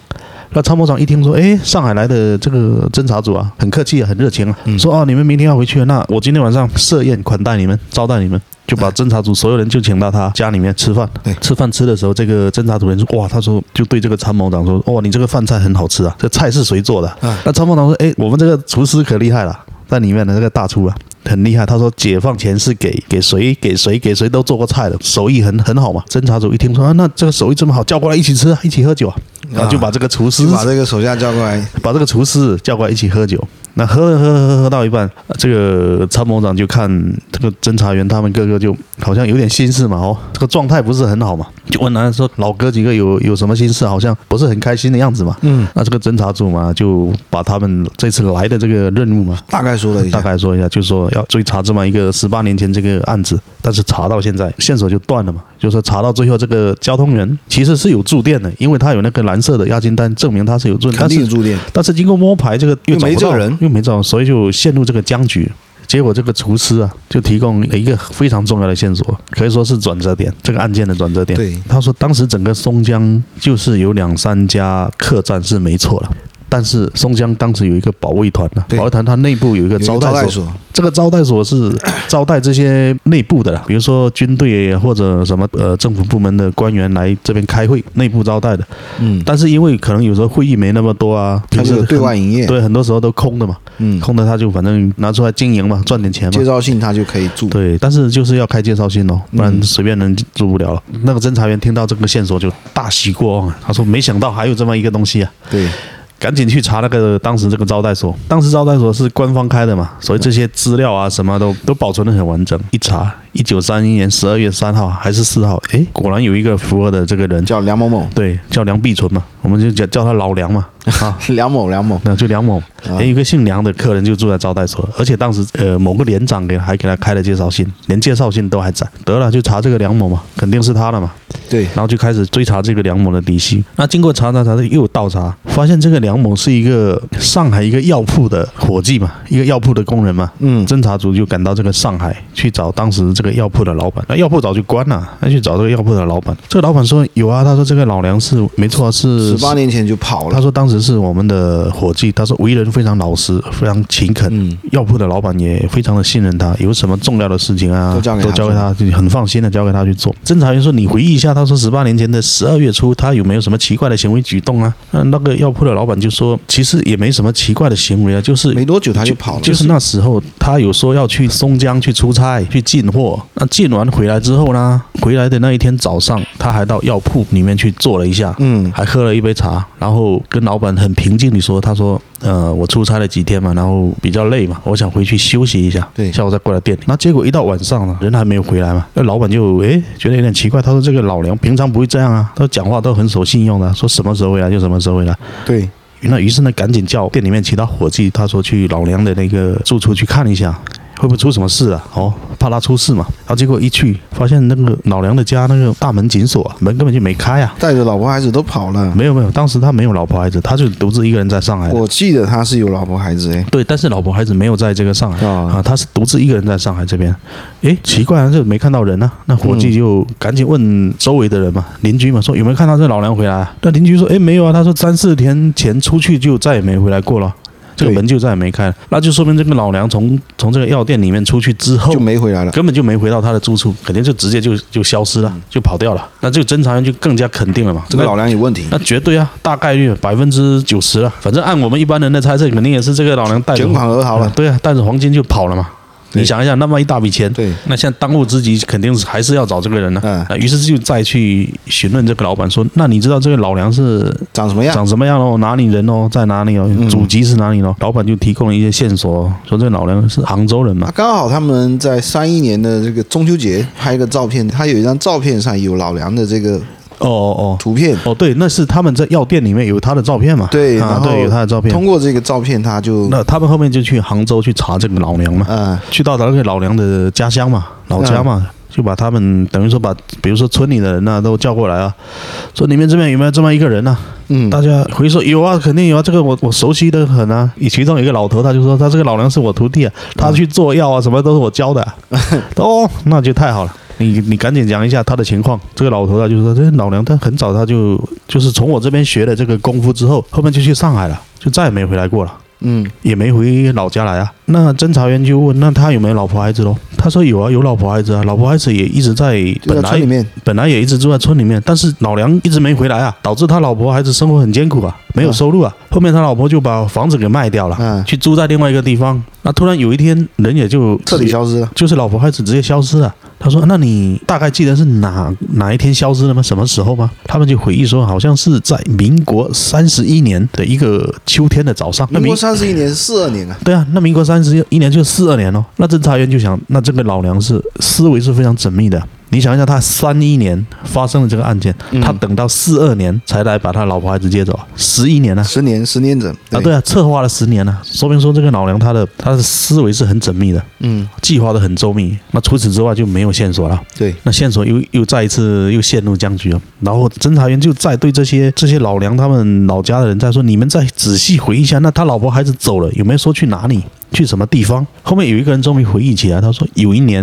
Speaker 1: 那参谋长一听说，哎，上海来的这个侦察组啊，很客气啊，很热情啊，说哦，你们明天要回去了，那我今天晚上设宴款待你们，招待你们，就把侦察组所有人就请到他家里面吃饭
Speaker 2: 对。
Speaker 1: 吃饭吃的时候，这个侦察组人说，哇，他说就对这个参谋长说，哇，你这个饭菜很好吃啊，这菜是谁做的啊？那参谋长说，哎，我们这个厨师可厉害了，在里面的那个大厨啊，很厉害。他说解放前是给给谁给谁给谁都做过菜的，手艺很很好嘛。侦察组一听说啊，那这个手艺这么好，叫过来一起吃啊，一起喝酒啊，然后就把这个厨师
Speaker 2: 就把这个手下叫过来，
Speaker 1: 把这个厨师叫过来一起喝酒。那喝喝喝喝喝到一半，呃这个参谋长就看这个侦查员他们个个就好像有点心事嘛，哦，这个状态不是很好嘛，就问他说老哥几个有有什么心事，好像不是很开心的样子嘛。嗯，那这个侦查组嘛，就把他们这次来的这个任务嘛，
Speaker 2: 大概说了一
Speaker 1: 大
Speaker 2: 下，
Speaker 1: 概说一下，就说要追查这么一个十八年前这个案子，但是查到现在线索就断了嘛，就说查到最后这个交通员其实是有住店的，因为他有那个蓝色的押金单证明他是有住，
Speaker 2: 肯
Speaker 1: 但
Speaker 2: 定
Speaker 1: 是
Speaker 2: 是住店。
Speaker 1: 但是经过摸排，这个又
Speaker 2: 又没
Speaker 1: 找不到
Speaker 2: 这个人
Speaker 1: 又没找，所以就陷入这个僵局。结果这个厨师啊，就提供了一个非常重要的线索，可以说是转折点，这个案件的转折点。
Speaker 2: 对，
Speaker 1: 他说当时整个松江就是有两三家客栈是没错了。但是松江当时有一个保卫团呢、
Speaker 2: 对
Speaker 1: 保卫团它内部有一个
Speaker 2: 有一个
Speaker 1: 招待
Speaker 2: 招待
Speaker 1: 所
Speaker 2: 所，
Speaker 1: 这个招待所是招待这些内部的啦，比如说军队啊或者什么呃政府部门的官员来这边开会，内部招待的。
Speaker 2: 嗯，
Speaker 1: 但是因为可能有时候会议没那么多啊，
Speaker 2: 它是
Speaker 1: 平
Speaker 2: 有
Speaker 1: 时
Speaker 2: 对外营业，
Speaker 1: 对，很多时候都空的嘛，
Speaker 2: 嗯，
Speaker 1: 空的他就反正拿出来经营嘛，赚点钱嘛
Speaker 2: 介。绍信他就可以住。
Speaker 1: 对，但是就是要开介绍信哦，不然随便人住不了了。那个侦查员听到这个线索就大喜过望，啊，他说没想到还有这么一个东西啊，
Speaker 2: 对，
Speaker 1: 赶紧去查那个当时这个招待所，当时招待所是官方开的嘛，所以这些资料啊什么都都保存的很完整。一查，一九三一年十二月三号还是四号，诶，果然有一个符合的这个人，
Speaker 2: 叫梁某某， [laughs]
Speaker 1: 对，叫梁必存嘛，我们就叫叫他老梁嘛，啊，
Speaker 2: 梁某梁某，
Speaker 1: 那就梁某，
Speaker 2: 啊
Speaker 1: 哎，有一个姓梁的客人就住在招待所，而且当时呃某个连长给还给他开了介绍信，连介绍信都还在。得了，就查这个梁某嘛，肯定是他了嘛。
Speaker 2: 对，
Speaker 1: 然后就开始追查这个梁某的底细。那经过查查查查，又倒查，发现这个梁某是一个上海一个药铺的伙计嘛，一个药铺的工人嘛。
Speaker 2: 嗯，
Speaker 1: 侦查组就赶到这个上海去找当时这个药铺的老板，那药铺早就关了，那去找这个药铺的老板。这个老板说有啊，他说这个老梁是没错啊，是
Speaker 2: 十八年前就跑
Speaker 1: 他
Speaker 2: 了，
Speaker 1: 说当时是我们的伙计，他说为人非常老实，非常勤恳，
Speaker 2: 嗯，
Speaker 1: 药铺的老板也非常的信任他，有什么重要的事情啊，
Speaker 2: 都交给他
Speaker 1: 给他，就很放心的交给他去做。侦查员说：“你回忆一下，他说十八年前的十二月初，他有没有什么奇怪的行为举动啊？”那那个药铺的老板就说：“其实也没什么奇怪的行为啊，就是
Speaker 2: 嗯没多久他就跑了，
Speaker 1: 就是那时候，他有说要去松江去出差，去进货。那进完回来之后呢，回来的那一天早上，他还到药铺里面去坐了一下，
Speaker 2: 嗯
Speaker 1: 还喝了一杯茶，然后跟老板很平静地说：“他说，呃，我出差了几天嘛，然后比较累嘛，我想回去休息一下，
Speaker 2: 对
Speaker 1: 下午再过来店里。”那结果一到晚上了，人还没有回来嘛，那老板就诶觉得有点奇怪，他说：“这个老梁平常不会这样啊，他说讲话都很守信用的，说什么时候回来就什么时候回来。”
Speaker 2: 对，
Speaker 1: 那于是呢，赶紧叫店里面其他伙计，他说去老梁的那个住处去看一下，会不会出什么事啊？哦，怕他出事嘛。然后结果一去，发现那个老梁的家那个大门紧锁啊，门根本就没开啊。
Speaker 2: 带着老婆孩子都跑了。
Speaker 1: 没有没有，当时他没有老婆孩子，他就独自一个人在上海。
Speaker 2: 我记得他是有老婆孩子哎，
Speaker 1: 对，但是老婆孩子没有在这个上海
Speaker 2: 啊
Speaker 1: 啊，他是独自一个人在上海这边。诶，奇怪啊，这没看到人啊。那伙
Speaker 2: 嗯
Speaker 1: 计就赶紧问周围的人嘛，邻居嘛，说有没有看到这老梁回来、啊？那邻居说，诶，没有啊。他说三四天前出去就再也没回来过了。这个
Speaker 2: 对
Speaker 1: 门就再也没开了，那就说明这个老梁从从这个药店里面出去之后
Speaker 2: 就，没回来了。
Speaker 1: 根本就没回到他的住处，肯定就直接就就消失了，就跑掉了。那这个侦查员就更加肯定了嘛，
Speaker 2: 嗯这个
Speaker 1: 那
Speaker 2: 老梁有问题，
Speaker 1: 那绝对啊，大概率百分之九十了。反正按我们一般人的猜测，肯定也是这个老娘带着
Speaker 2: 卷款而逃
Speaker 1: 嗯
Speaker 2: 了。
Speaker 1: 对啊，带着黄金就跑了嘛。
Speaker 2: 对
Speaker 1: 你想一想，那么一大笔钱，
Speaker 2: 对，
Speaker 1: 那现在当务之急肯定是还是要找这个人呢、啊
Speaker 2: 嗯
Speaker 1: 那于是就再去询问这个老板说：“那你知道这个老梁是
Speaker 2: 长什么样？
Speaker 1: 长什么样喽？哪里人哦？在哪里哦？
Speaker 2: 嗯
Speaker 1: 祖籍是哪里喽？”老板就提供了一些线索哦，说这个老梁是杭州人嘛
Speaker 2: 啊，。刚好他们在三一年的这个中秋节拍一个照片，他有一张照片上有老梁的这个
Speaker 1: 哦哦
Speaker 2: 图片，
Speaker 1: 哦，哦，对，那是他们在药店里面有他的照片嘛？
Speaker 2: 对，
Speaker 1: 啊
Speaker 2: 然，后
Speaker 1: 对，有他的照片。
Speaker 2: 通过这个照片，他就
Speaker 1: 那他们后面就去杭州去查这个老娘嘛。
Speaker 2: 嗯
Speaker 1: 去到他那个老梁的家乡嘛，老家嘛，就把他们等于说把，比如说村里的人呐、都叫过来啊，说你们这边有没有这么一个人呐、
Speaker 2: 嗯
Speaker 1: 大家回说有啊，肯定有啊，这个我我熟悉的很啊。以其中有一个老头，他就说他这个老娘是我徒弟啊，他去做药啊，什么都是我教的啊、哦，那就太好了。你你赶紧讲一下他的情况。这个老头他就说，这老娘他很早他就就是从我这边学了这个功夫之后，后面就去上海了，就再也没回来过了。
Speaker 2: 嗯
Speaker 1: 也没回老家来啊。那侦查员就问，那他有没有老婆孩子喽？他说有啊，有老婆孩子啊，老婆孩子也一直在，
Speaker 2: 就
Speaker 1: 本
Speaker 2: 在村里
Speaker 1: 来
Speaker 2: 面，
Speaker 1: 本来也一直住在村里面，但是老梁一直没回来啊，导致他老婆孩子生活很艰苦啊，没有
Speaker 2: 啊
Speaker 1: 收入啊。后面他老婆就把房子给卖掉了，
Speaker 2: 嗯，
Speaker 1: 去租在另外一个地方。那突然有一天，人也就
Speaker 2: 彻底消失了。
Speaker 1: 就是老婆孩子直接消失了。他说：“那你大概记得是哪哪一天消失的吗？什么时候吗？”他们就回忆说，好像是在民国三十一年的一个秋天的早上。那
Speaker 2: 民
Speaker 1: 民
Speaker 2: 国三十一年是四二年啊，
Speaker 1: 对啊，那民国三十一年就四二年咯。那侦查员就想，那这个老娘是思维是非常缜密的。你想一下，他三一年发生了这个案件，他等到四二年才来把他老婆孩子接走，十一年呢、
Speaker 2: 十年十年整
Speaker 1: 啊，对，啊，策划了十年呢、说明说这个老娘她的她的思维是很缜密的，
Speaker 2: 嗯
Speaker 1: 计划的很周密。那除此之外就没有线索了。
Speaker 2: 对，
Speaker 1: 那线索又又再一次又陷入僵局了。然后侦查员就再对这些这些老梁他们老家的人在说：“你们再仔细回忆一下，那他老婆孩子走了，有没有说去哪里？”去什么地方？后面有一个人终于回忆起来，他说有一年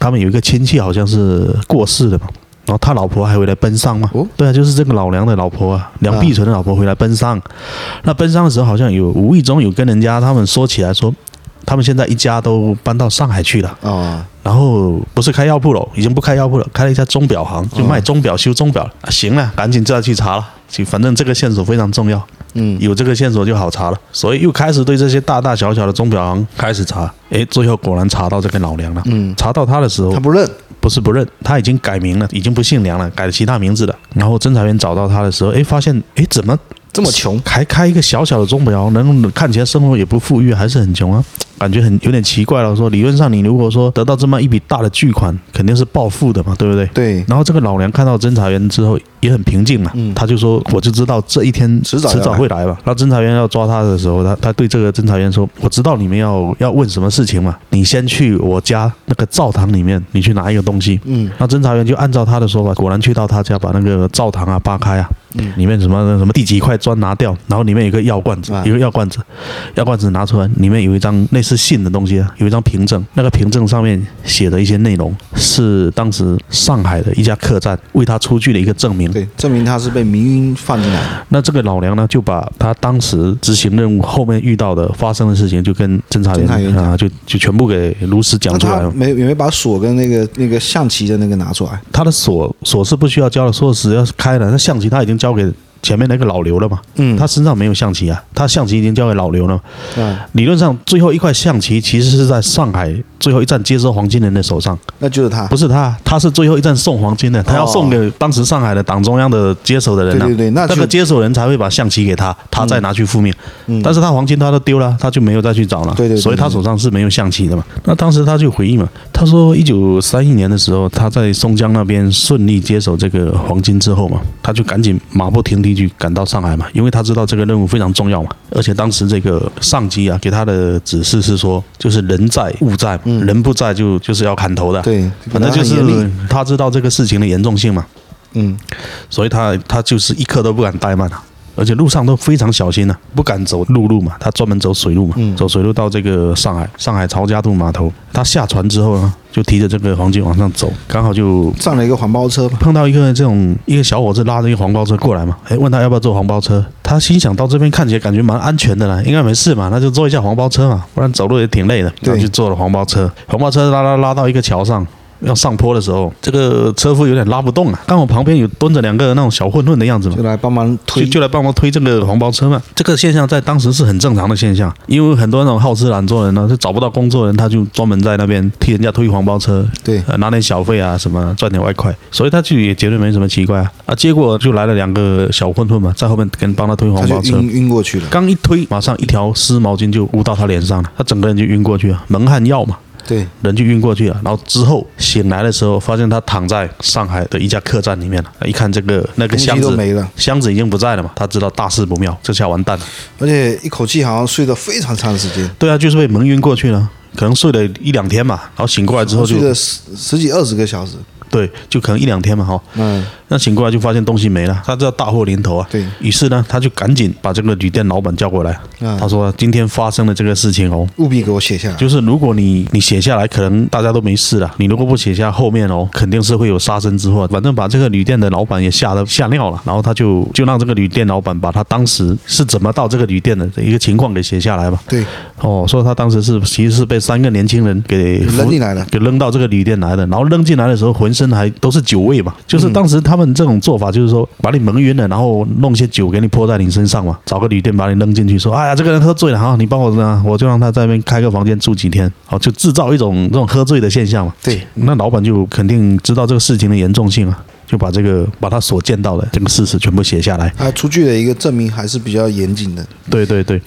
Speaker 1: 他们有一个亲戚好像是过世了嘛，然后他老婆还回来奔丧嘛。
Speaker 2: 哦
Speaker 1: 对啊，就是这个老梁的老婆啊，梁碧纯的老婆回来奔丧。那奔丧的时候好像有无意中有跟人家他们说起来说，他们现在一家都搬到上海去了。
Speaker 2: 哦，
Speaker 1: 然后不是开药铺了，已经不开药铺了，开了一家钟表行，就卖钟表、修钟表了、啊行了，赶紧就要去查了。就反正这个线索非常重要，
Speaker 2: 嗯
Speaker 1: 有这个线索就好查了，所以又开始对这些大大小小的钟表行开始查。诶，最后果然查到这个老梁了。
Speaker 2: 嗯，
Speaker 1: 查到他的时候
Speaker 2: 他，不认，
Speaker 1: 不是不认，他已经改名了，已经不姓梁了，改了其他名字了。然后侦查员找到他的时候，诶，发现诶怎么
Speaker 2: 这么穷，
Speaker 1: 还开一个小小的钟表，能看起来生活也不富裕，还是很穷啊，感觉很有点奇怪了。说理论上你如果说得到这么一笔大的巨款，肯定是暴富的嘛，对不对？
Speaker 2: 对，
Speaker 1: 然后这个老梁看到侦查员之后也很平静嘛，
Speaker 2: 嗯
Speaker 1: 他就说我就知道这一天
Speaker 2: 迟早要
Speaker 1: 迟早会来吧。那侦查员要抓他的时候，他他对这个侦查员说：“我知道你们要要问什么事情嘛，你先去我家那个灶堂里面，你去拿一个东西。”
Speaker 2: 嗯
Speaker 1: 那侦查员就按照他的说法，果然去到他家，把那个灶堂啊扒开啊，
Speaker 2: 嗯
Speaker 1: 里面什么什么第几块砖拿掉，然后里面有一个药罐子，
Speaker 2: 啊
Speaker 1: 有一个药罐子，药罐子拿出来，里面有一张类似信的东西，啊，有一张凭证，那个凭证上面写的一些内容是当时上海的一家客栈为他出具的一个证明。
Speaker 2: 对，证明他是被民运放进来的，
Speaker 1: 那这个老梁呢，就把他当时执行任务后面遇到的发生的事情，就跟侦查员
Speaker 2: 侦查员讲
Speaker 1: 啊，就就全部给如实讲
Speaker 2: 那
Speaker 1: 出来
Speaker 2: 他
Speaker 1: 了。
Speaker 2: 没有没把锁跟那个那个象棋的那个拿出来，
Speaker 1: 他的锁锁是不需要交的，锁匙要是开了，那象棋他已经交给前面那个老刘了嘛，
Speaker 2: 嗯
Speaker 1: 他身上没有象棋啊，他象棋已经交给老刘了。
Speaker 2: 嗯，
Speaker 1: 理论上，最后一块象棋其实是在上海最后一站接收黄金人的手上，
Speaker 2: 那就是他哦
Speaker 1: 不，是他，他是最后一站送黄金的，他要送给当时上海的党中央的接手的人、
Speaker 2: 对
Speaker 1: 啊。
Speaker 2: 对对，那
Speaker 1: 那
Speaker 2: 就
Speaker 1: 个接手人才会把象棋给他，他再拿去复命。
Speaker 2: 嗯
Speaker 1: 但是他黄金他都丢了，他就没有再去找了。
Speaker 2: 对对对
Speaker 1: 所以他手上是没有象棋的嘛。那当时他就回忆嘛，他说一九三一年的时候，他在松江那边顺利接手这个黄金之后嘛，他就赶紧马不停蹄去赶到上海嘛，因为他知道这个任务非常重要嘛。而且当时这个上级啊给他的指示是说，就是人在物在嘛，
Speaker 2: 嗯
Speaker 1: 人不在就就是要砍头的。
Speaker 2: 对，
Speaker 1: 反正就
Speaker 2: 拿很严
Speaker 1: 是
Speaker 2: 厉
Speaker 1: 他知道这个事情的严重性嘛。
Speaker 2: 嗯
Speaker 1: 所以他他就是一刻都不敢怠慢啊，而且路上都非常小心啊，不敢走陆路嘛，他专门走水路嘛，
Speaker 2: 嗯
Speaker 1: 走水路到这个上海上海曹家渡码头，他下船之后呢，就提着这个黄金往上走，刚好就。
Speaker 2: 上了一个环包车吧，
Speaker 1: 碰到一个这种一个小伙子拉着一个黄包车过来嘛，哎，问他要不要坐黄包车，他心想到这边看起来感觉蛮安全的啦，应该没事嘛，那就坐一下黄包车嘛，不然走路也挺累的，
Speaker 2: 对
Speaker 1: 然后就坐了黄包车，黄包车拉拉拉到一个桥上，要上坡的时候，这个车夫有点拉不动啊，刚好旁边有蹲着两个那种小混混的样子嘛
Speaker 2: 就，来帮忙推
Speaker 1: 就，就来帮忙推这个黄包车嘛。这个现象在当时是很正常的现象，因为很多那种好吃懒做的人呢，就找不到工作的人，他就专门在那边替人家推黄包车，
Speaker 2: 对，
Speaker 1: 呃，拿点小费啊什么，赚点外快，所以他就也觉得没什么奇怪啊。啊，结果就来了两个小混混嘛，在后面跟帮他推黄
Speaker 2: 他
Speaker 1: 包
Speaker 2: 就
Speaker 1: 车。
Speaker 2: 晕晕过去了，
Speaker 1: 刚一推，马上一条湿毛巾就捂到他脸上了，他整个人就晕过去了，蒙汗药嘛，
Speaker 2: 对，
Speaker 1: 人就晕过去了。然后之后醒来的时候，发现他躺在上海的一家客栈里面了。一看这个那个
Speaker 2: 东西
Speaker 1: 箱
Speaker 2: 都
Speaker 1: 子
Speaker 2: 没了，
Speaker 1: 箱子已经不在了嘛，他知道大事不妙，这下完蛋了。
Speaker 2: 而且一口气好像睡得非常长时间，
Speaker 1: 对啊，就是被蒙晕过去了。可能睡了一两天嘛，然后醒过来之后就
Speaker 2: 睡了十十几二十个小时，
Speaker 1: 对，就可能一两天嘛，哈。
Speaker 2: 嗯，
Speaker 1: 那醒过来就发现东西没了，他知道大祸临头啊。
Speaker 2: 对
Speaker 1: 于是呢，他就赶紧把这个旅店老板叫过来，
Speaker 2: 嗯
Speaker 1: 他说今天发生了这个事情哦，
Speaker 2: 务必给我写下来。
Speaker 1: 就是如果你你写下来，可能大家都没事了。你如果不写下后面哦，肯定是会有杀身之祸。反正把这个旅店的老板也吓得吓尿了，然后他就就让这个旅店老板把他当时是怎么到这个旅店的一个情况给写下来吧。
Speaker 2: 对，
Speaker 1: 哦，说他当时是其实是被三个年轻人给
Speaker 2: 扔进来的
Speaker 1: 给扔到这个旅店来的。然后扔进来的时候，浑身还都是酒味嘛，就是
Speaker 2: 嗯
Speaker 1: 当时他们这种做法，就是说把你蒙晕了，然后弄些酒给你泼在你身上嘛，找个旅店把你扔进去，说哎呀这个人喝醉了哈，你帮我呢，我就让他在那边开个房间住几天，哦，就制造一种这种喝醉的现象嘛。
Speaker 2: 对，
Speaker 1: 那老板就肯定知道这个事情的严重性啊，就把这个把他所见到的这个事实全部写下来。
Speaker 2: 他出具的一个证明还是比较严谨的。
Speaker 1: 对对对，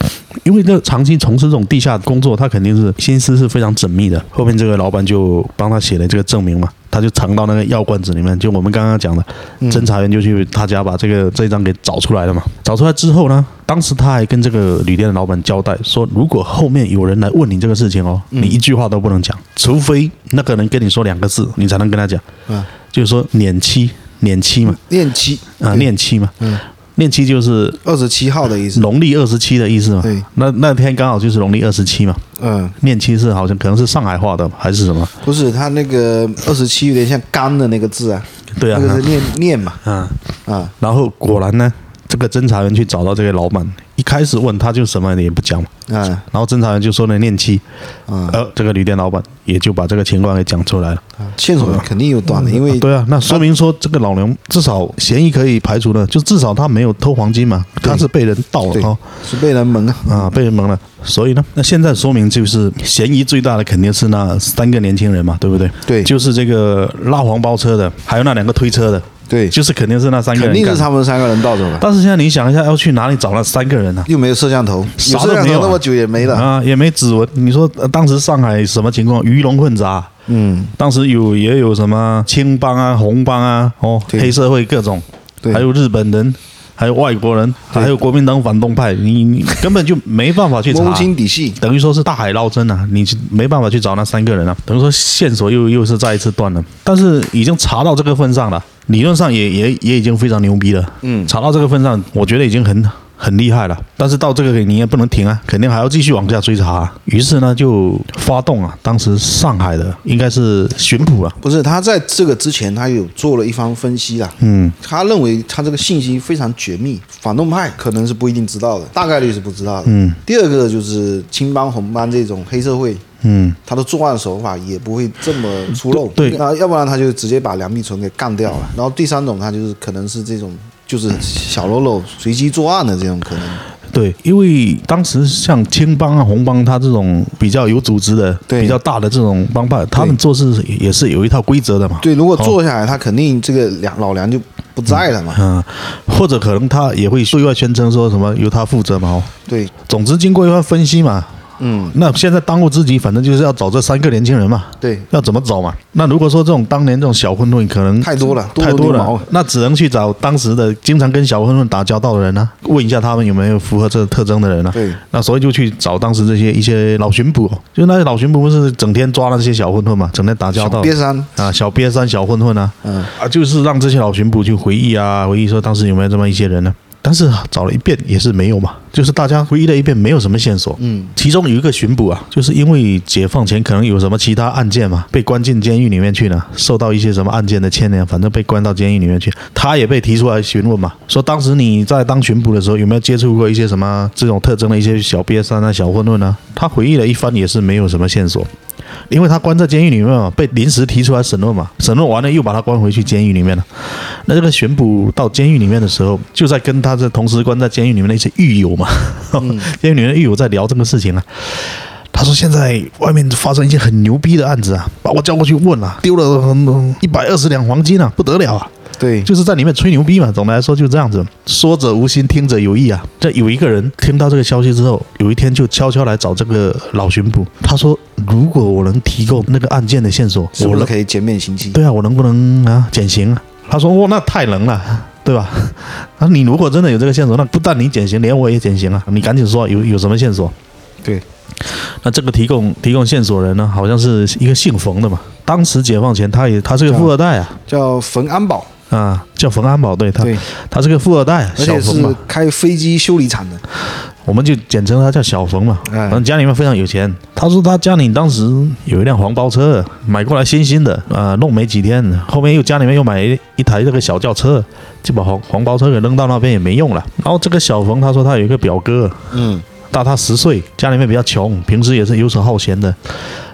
Speaker 1: 因为这长期从事这种地下工作，他肯定是心思是非常缜密的。后面这个老板就帮他写了这个证明嘛，他就藏到那个药罐子里面。就我们刚刚讲的，侦查员就去他家把这个这一张给找出来了嘛。找出来之后呢，当时他还跟这个旅店的老板交代说，如果后面有人来问你这个事情哦，你一句话都不能讲，除非那个人跟你说两个字，你才能跟他讲，
Speaker 2: 啊，
Speaker 1: 就是说撵妻，撵妻嘛，
Speaker 2: 练七
Speaker 1: 啊，撵妻嘛，
Speaker 2: 嗯，
Speaker 1: 撵妻就是
Speaker 2: 二十七号的意思。
Speaker 1: 农历二十七的意思嘛。
Speaker 2: 对
Speaker 1: 那那天刚好就是农历二十七嘛。
Speaker 2: 嗯，
Speaker 1: 念七是好像可能是上海话的还是什么？
Speaker 2: 不是，他那个二十七有点像“干”的那个字啊，
Speaker 1: 对啊
Speaker 2: 那，个是念念嘛，
Speaker 1: 啊，
Speaker 2: 啊，
Speaker 1: 然后果然呢，这个侦查员去找到这个老板，一开始问他就什么也不讲嘛，
Speaker 2: 啊，
Speaker 1: 然后侦查员就说呢念七，
Speaker 2: 啊，
Speaker 1: 呃，这个旅店老板也就把这个情况给讲出来了。
Speaker 2: 线索肯定有断的，因为
Speaker 1: 呃对啊，那说明说这个老娘至少嫌疑可以排除了，就至少他没有偷黄金嘛，他是被人盗了
Speaker 2: 对
Speaker 1: 哦。
Speaker 2: 是被人蒙啊，
Speaker 1: 啊，被人蒙了，所以呢，那现在说明就是嫌疑最大的肯定是那三个年轻人嘛，对不对？
Speaker 2: 对
Speaker 1: 就是这个拉黄包车的，还有那两个推车的，
Speaker 2: 对，
Speaker 1: 就是肯定是那三个人
Speaker 2: 肯定是
Speaker 1: 干的
Speaker 2: 他们三个人盗走了，
Speaker 1: 但是现在你想一下，要去哪里找那三个人呢、
Speaker 2: 又没有摄像头，
Speaker 1: 啥
Speaker 2: 有
Speaker 1: 都
Speaker 2: 摄像
Speaker 1: 没有
Speaker 2: 头
Speaker 1: 啊
Speaker 2: 那么久也没
Speaker 1: 啊？
Speaker 2: 了，
Speaker 1: 也没指纹。你说、呃当时上海什么情况？鱼龙混杂，
Speaker 2: 嗯，
Speaker 1: 当时有也有什么青帮啊、红帮啊，哦，
Speaker 2: 对
Speaker 1: 黑社会各种，
Speaker 2: 对
Speaker 1: 还有日本人，还有外国人，还有国民党反动派，你你根本就没办法去查
Speaker 2: 摸。不清底细，
Speaker 1: 等于说是大海捞针啊，你没办法去找那三个人啊，等于说线索又又是再一次断了。但是已经查到这个份上了，理论上也也也已经非常牛逼了。
Speaker 2: 嗯
Speaker 1: 查到这个份上，我觉得已经很很厉害了。但是到这个你也不能停啊，肯定还要继续往下追查啊、于是呢，就发动啊，当时上海的应该是巡捕啊，
Speaker 2: 不是他在这个之前他有做了一番分析啦，
Speaker 1: 嗯，
Speaker 2: 他认为他这个信息非常绝密，反动派可能是不一定知道的，大概率是不知道的。嗯，第二个就是青帮红帮这种黑社会，
Speaker 1: 嗯，
Speaker 2: 他的作案手法也不会这么粗陋。
Speaker 1: 对对
Speaker 2: 那要不然他就直接把梁碧纯给干掉了。然后第三种，他就是可能是这种就是小喽啰随机作案的这种可能。
Speaker 1: 对，因为当时像青帮啊、红帮，他这种比较有组织的、
Speaker 2: 对
Speaker 1: 比较大的这种帮派，他们
Speaker 2: 对
Speaker 1: 做事也是有一套规则的嘛。
Speaker 2: 对，如果做下来，他肯定这个梁老梁就不在了嘛。
Speaker 1: 嗯，或者可能他也会对外宣称说什么由他负责嘛。哦，
Speaker 2: 对，
Speaker 1: 总之经过一番分析嘛，
Speaker 2: 嗯，
Speaker 1: 那现在当务之急，反正就是要找这三个年轻人嘛。
Speaker 2: 对，
Speaker 1: 要怎么找嘛？那如果说这种当年这种小混混可能
Speaker 2: 太多了，
Speaker 1: 太
Speaker 2: 多
Speaker 1: 多
Speaker 2: 如牛毛
Speaker 1: 了，那只能去找当时的经常跟小混混打交道的人啊，问一下他们有没有符合这个特征的人啊。
Speaker 2: 对，
Speaker 1: 那所以就去找当时这些一些老巡捕，哦就是那些老巡捕不是整天抓那些小混混嘛，整天打交道
Speaker 2: 小。瘪三，
Speaker 1: 啊，小瘪三、小混混啊，
Speaker 2: 嗯
Speaker 1: 啊，就是让这些老巡捕去回忆啊，回忆说当时有没有这么一些人呢、但是啊找了一遍也是没有嘛，就是大家回忆了一遍，没有什么线索。
Speaker 2: 嗯，
Speaker 1: 其中有一个巡捕啊，就是因为解放前可能有什么其他案件嘛，被关进监狱里面去呢，受到一些什么案件的牵连，反正被关到监狱里面去，他也被提出来询问嘛，说当时你在当巡捕的时候有没有接触过一些什么这种特征的一些小瘪三啊、小混混啊？他回忆了一番，也是没有什么线索。因为他关在监狱里面嘛，被临时提出来审问嘛，审问完了又把他关回去监狱里面了。那这个巡捕到监狱里面的时候，就在跟他这同时关在监狱里面的一些狱友嘛， [laughs] 监狱里面的狱友在聊这个事情啊。他说现在外面发生一些很牛逼的案子啊，把我叫过去问了、丢了一百二十两黄金啊，不得了啊！
Speaker 2: 对，
Speaker 1: 就是在里面吹牛逼嘛。总的来说就这样子，说者无心，听者有意啊。这有一个人听到这个消息之后，有一天就悄悄来找这个老巡捕，他说：“如果我能提供那个案件的线索，
Speaker 2: 是
Speaker 1: 我
Speaker 2: 不是
Speaker 1: 能
Speaker 2: 可以减免刑期？
Speaker 1: 对啊，我能不能啊减刑啊？”他说：“哦，那太能了。”对吧？啊，你如果真的有这个线索，那不但你减刑，连我也减刑啊！你赶紧说有有什么线索？
Speaker 2: 对，
Speaker 1: 那这个提供提供线索人呢，好像是一个姓冯的嘛。当时解放前，他也他是个富二代啊，
Speaker 2: 叫冯安保，
Speaker 1: 啊，叫冯安保，对他，
Speaker 2: 对，
Speaker 1: 他是个富二代，啊
Speaker 2: 而
Speaker 1: 小
Speaker 2: 且
Speaker 1: 冯
Speaker 2: 是
Speaker 1: 嘛，
Speaker 2: 开飞机修理厂的，
Speaker 1: 我们就简称他叫小冯嘛。
Speaker 2: 哎
Speaker 1: 反正家里面非常有钱。他说他家里当时有一辆黄包车，买过来新新的，啊，弄没几天，后面又家里面又买一一台这个小轿车，就把黄黄包车给扔到那边也没用了。然后这个小冯他说他有一个表哥，
Speaker 2: 嗯，
Speaker 1: 大他十岁，家里面比较穷，平时也是游手好闲的，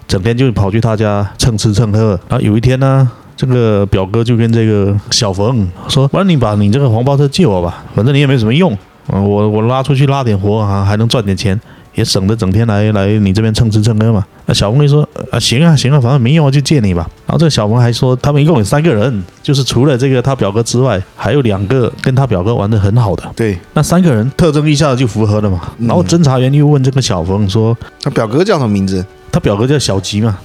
Speaker 1: 整天就跑去他家蹭吃蹭喝。然后有一天呢，这个表哥就跟这个小冯说：“不然你把你这个黄包车借我吧，反正你也没什么用，嗯我我拉出去拉点活啊，还能赚点钱。”也省得整天来来你这边蹭吃蹭喝嘛。那小冯就说：“啊，行啊，行啊，反正没用啊，就借你吧。”然后这个小冯还说，他们一共有三个人，就是除了这个他表哥之外，还有两个跟他表哥玩得很好的。
Speaker 2: 对
Speaker 1: 那三个人特征一下就符合了嘛。
Speaker 2: 嗯
Speaker 1: 然后侦查员又问这个小冯说，
Speaker 2: 他表哥叫什么名字？
Speaker 1: 他表哥叫小吉嘛。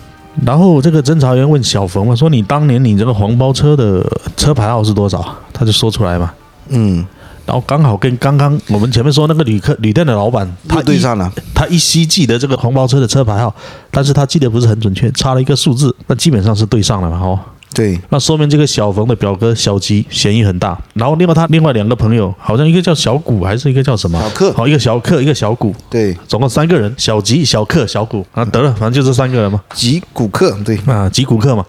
Speaker 1: 然后这个侦查员问小冯嘛，说你当年你这个黄包车的车牌号是多少？他就说出来嘛。
Speaker 2: 嗯，
Speaker 1: 然后刚好跟刚刚我们前面说那个旅客旅店的老板，他
Speaker 2: 他对
Speaker 1: 一
Speaker 2: 上了，
Speaker 1: 他依稀记得这个黄包车的车牌号，但是他记得不是很准确，差了一个数字，那基本上是对上了嘛，哦。
Speaker 2: 对，
Speaker 1: 那说明这个小冯的表哥小吉嫌疑很大。然后另外他另外两个朋友，好像一个叫小谷，还是一个叫什么？哦
Speaker 2: 小克
Speaker 1: 好，一个小克，一个小谷，
Speaker 2: 对，
Speaker 1: 总共三个人，小吉、小克、小谷啊，得了，反正就这三个人嘛，
Speaker 2: 吉古克，对，
Speaker 1: 啊，吉谷克嘛。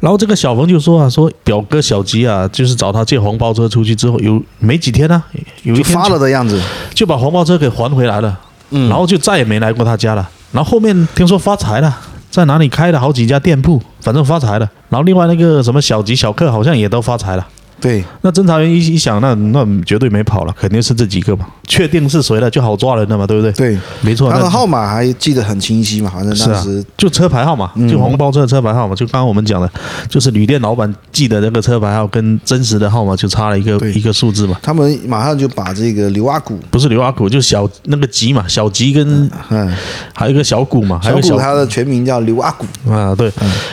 Speaker 1: 然后这个小冯就说啊，说表哥小吉啊，就是找他借黄包车出去之后，有没几天呢、啊有一
Speaker 2: 就
Speaker 1: 天
Speaker 2: 发了的样子，
Speaker 1: 就把黄包车给还回来了，
Speaker 2: 嗯
Speaker 1: 然后就再也没来过他家了。然后后面听说发财了，在哪里开了好几家店铺，反正发财了。然后另外那个什么小吉、小克好像也都发财了。
Speaker 2: 对，
Speaker 1: 那侦查员一一想，那那绝对没跑了，肯定是这几个嘛，确定是谁了就好抓人了嘛，对不对？，
Speaker 2: 对，
Speaker 1: 没错。
Speaker 2: 他
Speaker 1: 那
Speaker 2: 的号码还记得很清晰嘛，反正
Speaker 1: 是
Speaker 2: 当
Speaker 1: 啊
Speaker 2: 时，
Speaker 1: 就车牌号嘛，
Speaker 2: 嗯
Speaker 1: 就黄包车的车牌号嘛，就刚刚我们讲的，就是旅店老板记得那个车牌号跟真实的号码就差了一个
Speaker 2: 对
Speaker 1: 一个数字嘛。
Speaker 2: 他们马上就把这个刘阿古，
Speaker 1: 不是刘阿古，就小那个吉嘛，小吉跟
Speaker 2: 嗯，
Speaker 1: 还有一个小谷嘛，还有
Speaker 2: 小
Speaker 1: 一个
Speaker 2: 古他的全名叫刘阿古，
Speaker 1: 啊，对，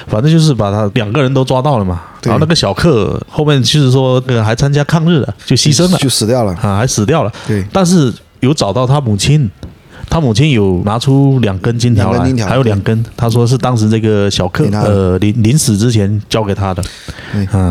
Speaker 1: 反正就是把他两个人都抓到了嘛。
Speaker 2: 对
Speaker 1: 然后那个小克后面就是说，呃，还参加抗日了，就牺牲了
Speaker 2: 就死掉了，
Speaker 1: 啊，还死掉了。
Speaker 2: 对，
Speaker 1: 但是有找到他母亲，他母亲有拿出两根金条
Speaker 2: 两
Speaker 1: 来
Speaker 2: 根金，条
Speaker 1: 还有两根，他说是当时这个小克
Speaker 2: 给他的
Speaker 1: 呃临临死之前交给他的。嗯，
Speaker 2: 对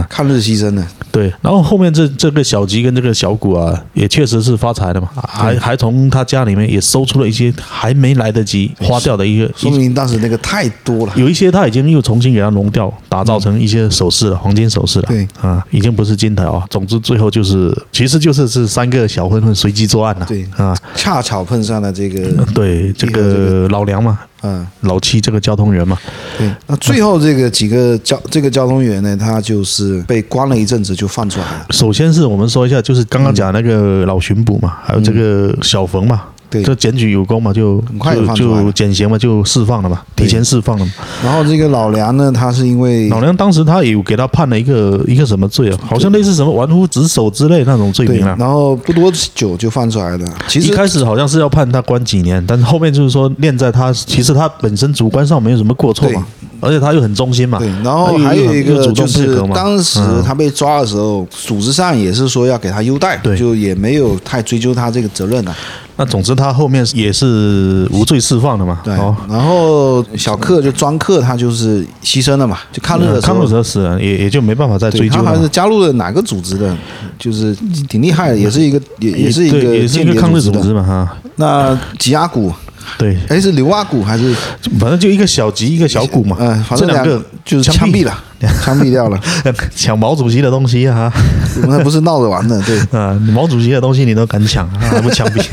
Speaker 2: 哎抗日牺牲的，
Speaker 1: 对。然后后面这这个小吉跟这个小谷啊，也确实是发财了嘛，
Speaker 2: 啊
Speaker 1: 还还从他家里面也搜出了一些还没来得及花掉的一个
Speaker 2: 说明当时那个太多了，
Speaker 1: 有一些他已经又重新给它融掉，打造成一些首饰了，黄金首饰了。
Speaker 2: 嗯对
Speaker 1: 啊，已经不是金条啊。总之最后就是，其实就是是三个小混混随机作案了。
Speaker 2: 对
Speaker 1: 啊，
Speaker 2: 恰巧碰上了这个，
Speaker 1: 嗯对这
Speaker 2: 这
Speaker 1: 个老梁嘛，
Speaker 2: 嗯。
Speaker 1: 老七这个交通员嘛，
Speaker 2: 对，那最后这个几个交这个交通员呢，他就是被关了一阵子就放出来了。
Speaker 1: 首先是我们说一下，就是刚刚讲那个老巡捕嘛，还有这个小冯嘛。
Speaker 2: 嗯对
Speaker 1: 这检举有功嘛，就
Speaker 2: 快就
Speaker 1: 就
Speaker 2: 放出来了
Speaker 1: 就减刑嘛，就释放了嘛，
Speaker 2: 对
Speaker 1: 提前释放了嘛。
Speaker 2: 然后这个老梁呢，他是因为
Speaker 1: 老梁当时他也有给他判了一个一个什么罪啊，好像类似什么玩忽职守之类那种罪
Speaker 2: 对，
Speaker 1: 名啊
Speaker 2: 然。后不多久就放出来了。其
Speaker 1: 一
Speaker 2: 实
Speaker 1: 开始好像是要判他关几年，但是后面就是说练在他，其实他本身主观上没有什么过错嘛，而且他又很忠心嘛
Speaker 2: 对，，然后
Speaker 1: 他
Speaker 2: 还
Speaker 1: 又
Speaker 2: 有一
Speaker 1: 又
Speaker 2: 个
Speaker 1: 主
Speaker 2: 就
Speaker 1: 动配
Speaker 2: 是
Speaker 1: 合嘛，嗯
Speaker 2: 当时他被抓的时候，组织上也是说要给他优待，
Speaker 1: 对
Speaker 2: 就也没有太追究他这个责任了。
Speaker 1: 那总之他后面也是无罪释放的嘛，
Speaker 2: 对，
Speaker 1: 哦，
Speaker 2: 然后小克就庄克他就是牺牲了嘛，就抗日
Speaker 1: 嗯
Speaker 2: 的时
Speaker 1: 康
Speaker 2: 候
Speaker 1: 路。泽死了，也也就没办法再
Speaker 2: 对
Speaker 1: 追究
Speaker 2: 他好
Speaker 1: 了
Speaker 2: 像
Speaker 1: 嘛
Speaker 2: 是。加入了哪个组织的，就是挺厉害的，也是一个也也是一
Speaker 1: 嗯对
Speaker 2: 个
Speaker 1: 也是
Speaker 2: 间
Speaker 1: 一
Speaker 2: 谍
Speaker 1: 个抗日组
Speaker 2: 的
Speaker 1: 织嘛哈，
Speaker 2: 那吉阿古，
Speaker 1: 对，
Speaker 2: 哎，是刘阿古还是？
Speaker 1: 反正就一个小吉一个小谷嘛，
Speaker 2: 嗯、反正
Speaker 1: 这
Speaker 2: 两
Speaker 1: 两个
Speaker 2: 就是枪
Speaker 1: 毙
Speaker 2: 毙了，枪
Speaker 1: [laughs]
Speaker 2: 毙掉了，
Speaker 1: 了，抢毛主席的东西啊，
Speaker 2: 那不是闹着玩的，对
Speaker 1: 啊，毛主席的东西你都敢抢，
Speaker 2: [laughs]
Speaker 1: 啊还不枪毙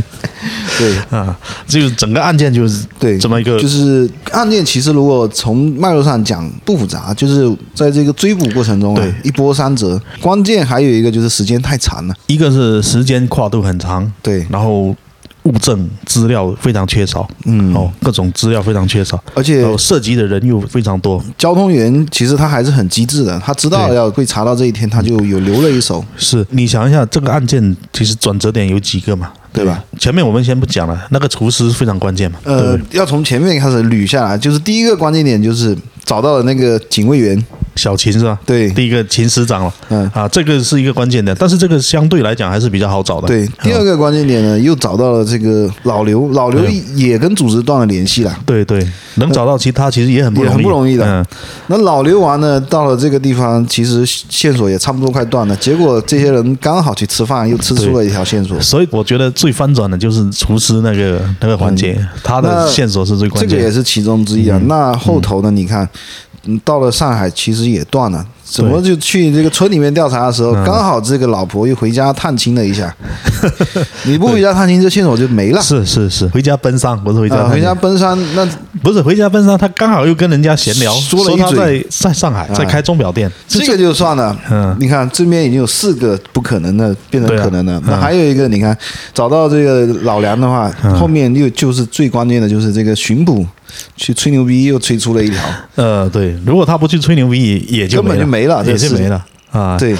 Speaker 2: 对
Speaker 1: 啊？就是整个案件就是
Speaker 2: 对，
Speaker 1: 这么一个
Speaker 2: 就是案件。其实如果从脉络上讲不复杂，就是在这个追捕过程中啊
Speaker 1: 对，
Speaker 2: 一波三折。关键还有一个就是时间太长了，
Speaker 1: 一个是时间跨度很长，
Speaker 2: 对，
Speaker 1: 然后物证资料非常缺少，
Speaker 2: 嗯
Speaker 1: 哦，各种资料非常缺少，
Speaker 2: 而且
Speaker 1: 然后涉及的人又非常多，
Speaker 2: 交通员其实他还是很机智的，他知道
Speaker 1: 对
Speaker 2: 要会查到这一天，他就有留了一手。
Speaker 1: 是你想一下，这个案件其实转折点有几个嘛，
Speaker 2: 对吧？
Speaker 1: 前面我们先不讲了，那个厨师非常关键嘛，对不
Speaker 2: 呃
Speaker 1: 对？，
Speaker 2: 要从前面开始捋下来，就是第一个关键点就是找到了那个警卫员
Speaker 1: 小秦是吧？
Speaker 2: 对
Speaker 1: 第一个秦师长了，
Speaker 2: 嗯
Speaker 1: 啊，这个是一个关键点，但是这个相对来讲还是比较好找的。嗯
Speaker 2: 对，第二
Speaker 1: 个，
Speaker 2: 个关键点呢，又找到了这个老刘，老刘
Speaker 1: 嗯
Speaker 2: 也跟组织断了联系了。
Speaker 1: 对对，能找到其他其实也很不
Speaker 2: 也
Speaker 1: 容易，
Speaker 2: 很不容易的
Speaker 1: 嗯，
Speaker 2: 那老刘完呢，到了这个地方，其实线索也差不多快断了。结果这些人刚好去吃饭，又吃出了一条线索。
Speaker 1: 所以我觉得最翻转的就是厨师那个那个环节，他的
Speaker 2: 嗯那
Speaker 1: 线索是最关
Speaker 2: 这个
Speaker 1: 键嗯
Speaker 2: 也
Speaker 1: 的。
Speaker 2: 是其中之一啊。那后头呢？你看，嗯到了上海其实也断了。怎么就去这个村里面调查的时候，刚好这个老婆又回家探亲了
Speaker 1: [laughs]
Speaker 2: 一下。你不回家探亲，这线索就没了。
Speaker 1: 是是是，回家奔丧不是回家、
Speaker 2: 啊，回家，奔山，那
Speaker 1: 不是回家奔丧，他刚好又跟人家闲聊，
Speaker 2: 说
Speaker 1: 说
Speaker 2: 了一
Speaker 1: 他在
Speaker 2: 嘴啊
Speaker 1: 在上海在开钟表店，
Speaker 2: 这个就算了。
Speaker 1: 嗯
Speaker 2: 你看这边已经有四个不可能的变成
Speaker 1: 对啊
Speaker 2: 可能的，那
Speaker 1: 嗯
Speaker 2: 还有一个，你看找到这个老梁的话，
Speaker 1: 嗯
Speaker 2: 后面又就是最关键的就是这个巡捕去吹牛逼，又吹出了一条，
Speaker 1: 呃，对，如果他不去吹牛逼，也也就
Speaker 2: 根本就没了这
Speaker 1: 也
Speaker 2: 个
Speaker 1: 就
Speaker 2: 事
Speaker 1: 没了啊。，
Speaker 2: 对，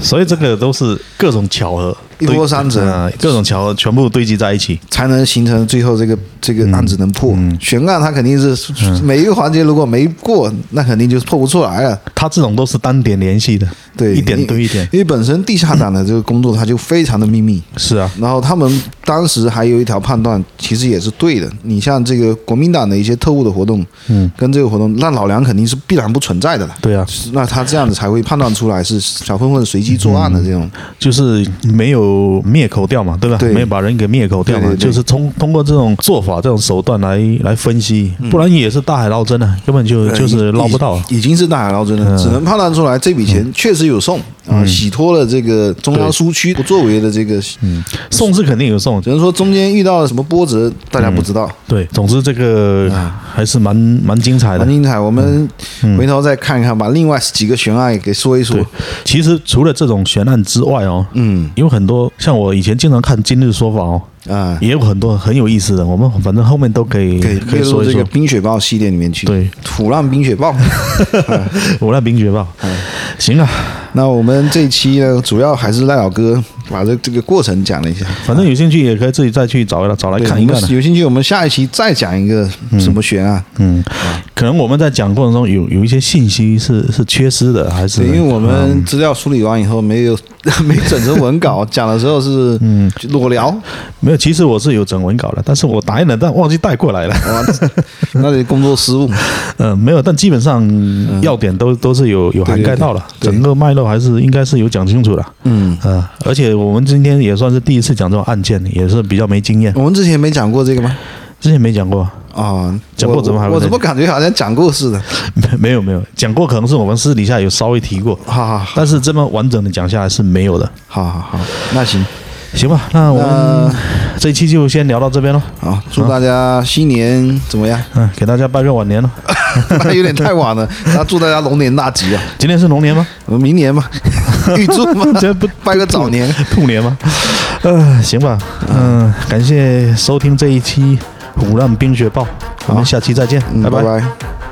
Speaker 1: 所以这个都是各种巧合，
Speaker 2: 一波三折
Speaker 1: 啊，各种巧合全部堆积在一起。
Speaker 2: 才能形成最后这个这个案子能破。
Speaker 1: 嗯
Speaker 2: 悬案它肯定是每一个环节如果没过，那肯定就是破不出来了。
Speaker 1: 他这种都是单点联系的，
Speaker 2: 对，
Speaker 1: 一点对一点，
Speaker 2: 因为本身地下党的这个工作它就非常的秘密。
Speaker 1: 是啊，
Speaker 2: 然后他们当时还有一条判断，其实也是对的。你像这个国民党的一些特务的活动，
Speaker 1: 嗯，
Speaker 2: 跟这个活动，那老梁肯定是必然不存在的了。
Speaker 1: 对啊，
Speaker 2: 那他这样子才会判断出来是小混混随机作案的这种，
Speaker 1: 就是没有灭口掉嘛，对吧？
Speaker 2: 对
Speaker 1: 没有把人给灭口掉嘛，
Speaker 2: 对对对
Speaker 1: 就是通通过这种做法、这种手段来来分析，
Speaker 2: 嗯
Speaker 1: 不然也是大海捞针啊，根本就就是捞不到。啊
Speaker 2: 已，已经是大海捞针了，
Speaker 1: 嗯
Speaker 2: 只能判断出来这笔钱确实有送啊，洗脱了这个中央苏区不作为的这个，只
Speaker 1: 送是肯定有送，
Speaker 2: 能说中间遇到了什么波折，大
Speaker 1: 嗯
Speaker 2: 家不知道。
Speaker 1: 对，总之这个
Speaker 2: 啊
Speaker 1: 还是蛮蛮精彩的嗯
Speaker 2: 很。精彩，啊我们回头再看一看，把另外几个悬案也给说一说
Speaker 1: 对。，其实除了这种悬案之外哦，
Speaker 2: 嗯
Speaker 1: 有很多像我以前经常看《今日说法》哦，
Speaker 2: 啊，
Speaker 1: 也有很多很有意思的，我们反正后面都可以
Speaker 2: 可以
Speaker 1: 可
Speaker 2: 列
Speaker 1: 以
Speaker 2: 入
Speaker 1: 说一
Speaker 2: 这
Speaker 1: 说
Speaker 2: 个。冰雪暴系列里面去。
Speaker 1: 对，
Speaker 2: 腐烂
Speaker 1: [laughs]
Speaker 2: 冰雪暴。啊
Speaker 1: 我来冰雪吧，
Speaker 2: 嗯
Speaker 1: 行啊，
Speaker 2: 那我们这一期呢，主要还是赖老哥把这这个过程讲了一下。
Speaker 1: 反正有兴趣也可以自己再去找一找来
Speaker 2: 对
Speaker 1: 看一
Speaker 2: 我
Speaker 1: 看
Speaker 2: 们
Speaker 1: 啊。
Speaker 2: 有兴趣，我们下一期再讲一个什么悬案。
Speaker 1: 嗯，可能我们在讲过程中有有一些信息是是缺失的，还是
Speaker 2: 对，因为我们
Speaker 1: 嗯
Speaker 2: 资料梳理完以后，没有 [laughs] 没整成文稿， [laughs] 讲的时候是
Speaker 1: 嗯
Speaker 2: 裸聊，
Speaker 1: 没有？其实我是有整文稿的，但是我打印了，但忘记带过来了。 [laughs]
Speaker 2: 哇，啊 [laughs] 那得工作失误。
Speaker 1: 嗯，没有，但基本上要点都都是有有涵盖到了，
Speaker 2: 嗯对对对
Speaker 1: 整个脉络还是应该是有讲清楚的。
Speaker 2: 嗯，
Speaker 1: 嗯，而且我们今天也算是第一次讲这种案件，也是比较没经验，
Speaker 2: 我们之前没讲过这个吗？
Speaker 1: 之前没讲过。 [laughs]
Speaker 2: 啊，
Speaker 1: 讲过
Speaker 2: 我
Speaker 1: 怎么还不
Speaker 2: 我怎么
Speaker 1: 在
Speaker 2: 感觉好像讲过似的？
Speaker 1: 没没有没有讲过，可能是我们私底下有稍微提过，
Speaker 2: 好好
Speaker 1: 但是这么完整的讲下来是没有的。
Speaker 2: 好好好，那行，
Speaker 1: 行吧，那我们这一期就先聊到这边喽。
Speaker 2: 好，祝大
Speaker 1: 啊
Speaker 2: 家新年怎么样？ [laughs]
Speaker 1: 嗯，给大家拜个晚年了。
Speaker 2: 那有点太晚了。那祝大家龙年大吉啊！
Speaker 1: 今天是龙
Speaker 2: [laughs]
Speaker 1: 年吗？
Speaker 2: 我们
Speaker 1: [laughs]
Speaker 2: 明年嘛，预祝嘛，
Speaker 1: 这不
Speaker 2: 拜个早年。
Speaker 1: 兔年吗？呃，行吧，嗯、感谢收听这一期《虎浪冰雪暴》，我们下期再见，
Speaker 2: 嗯，
Speaker 1: 拜
Speaker 2: 拜拜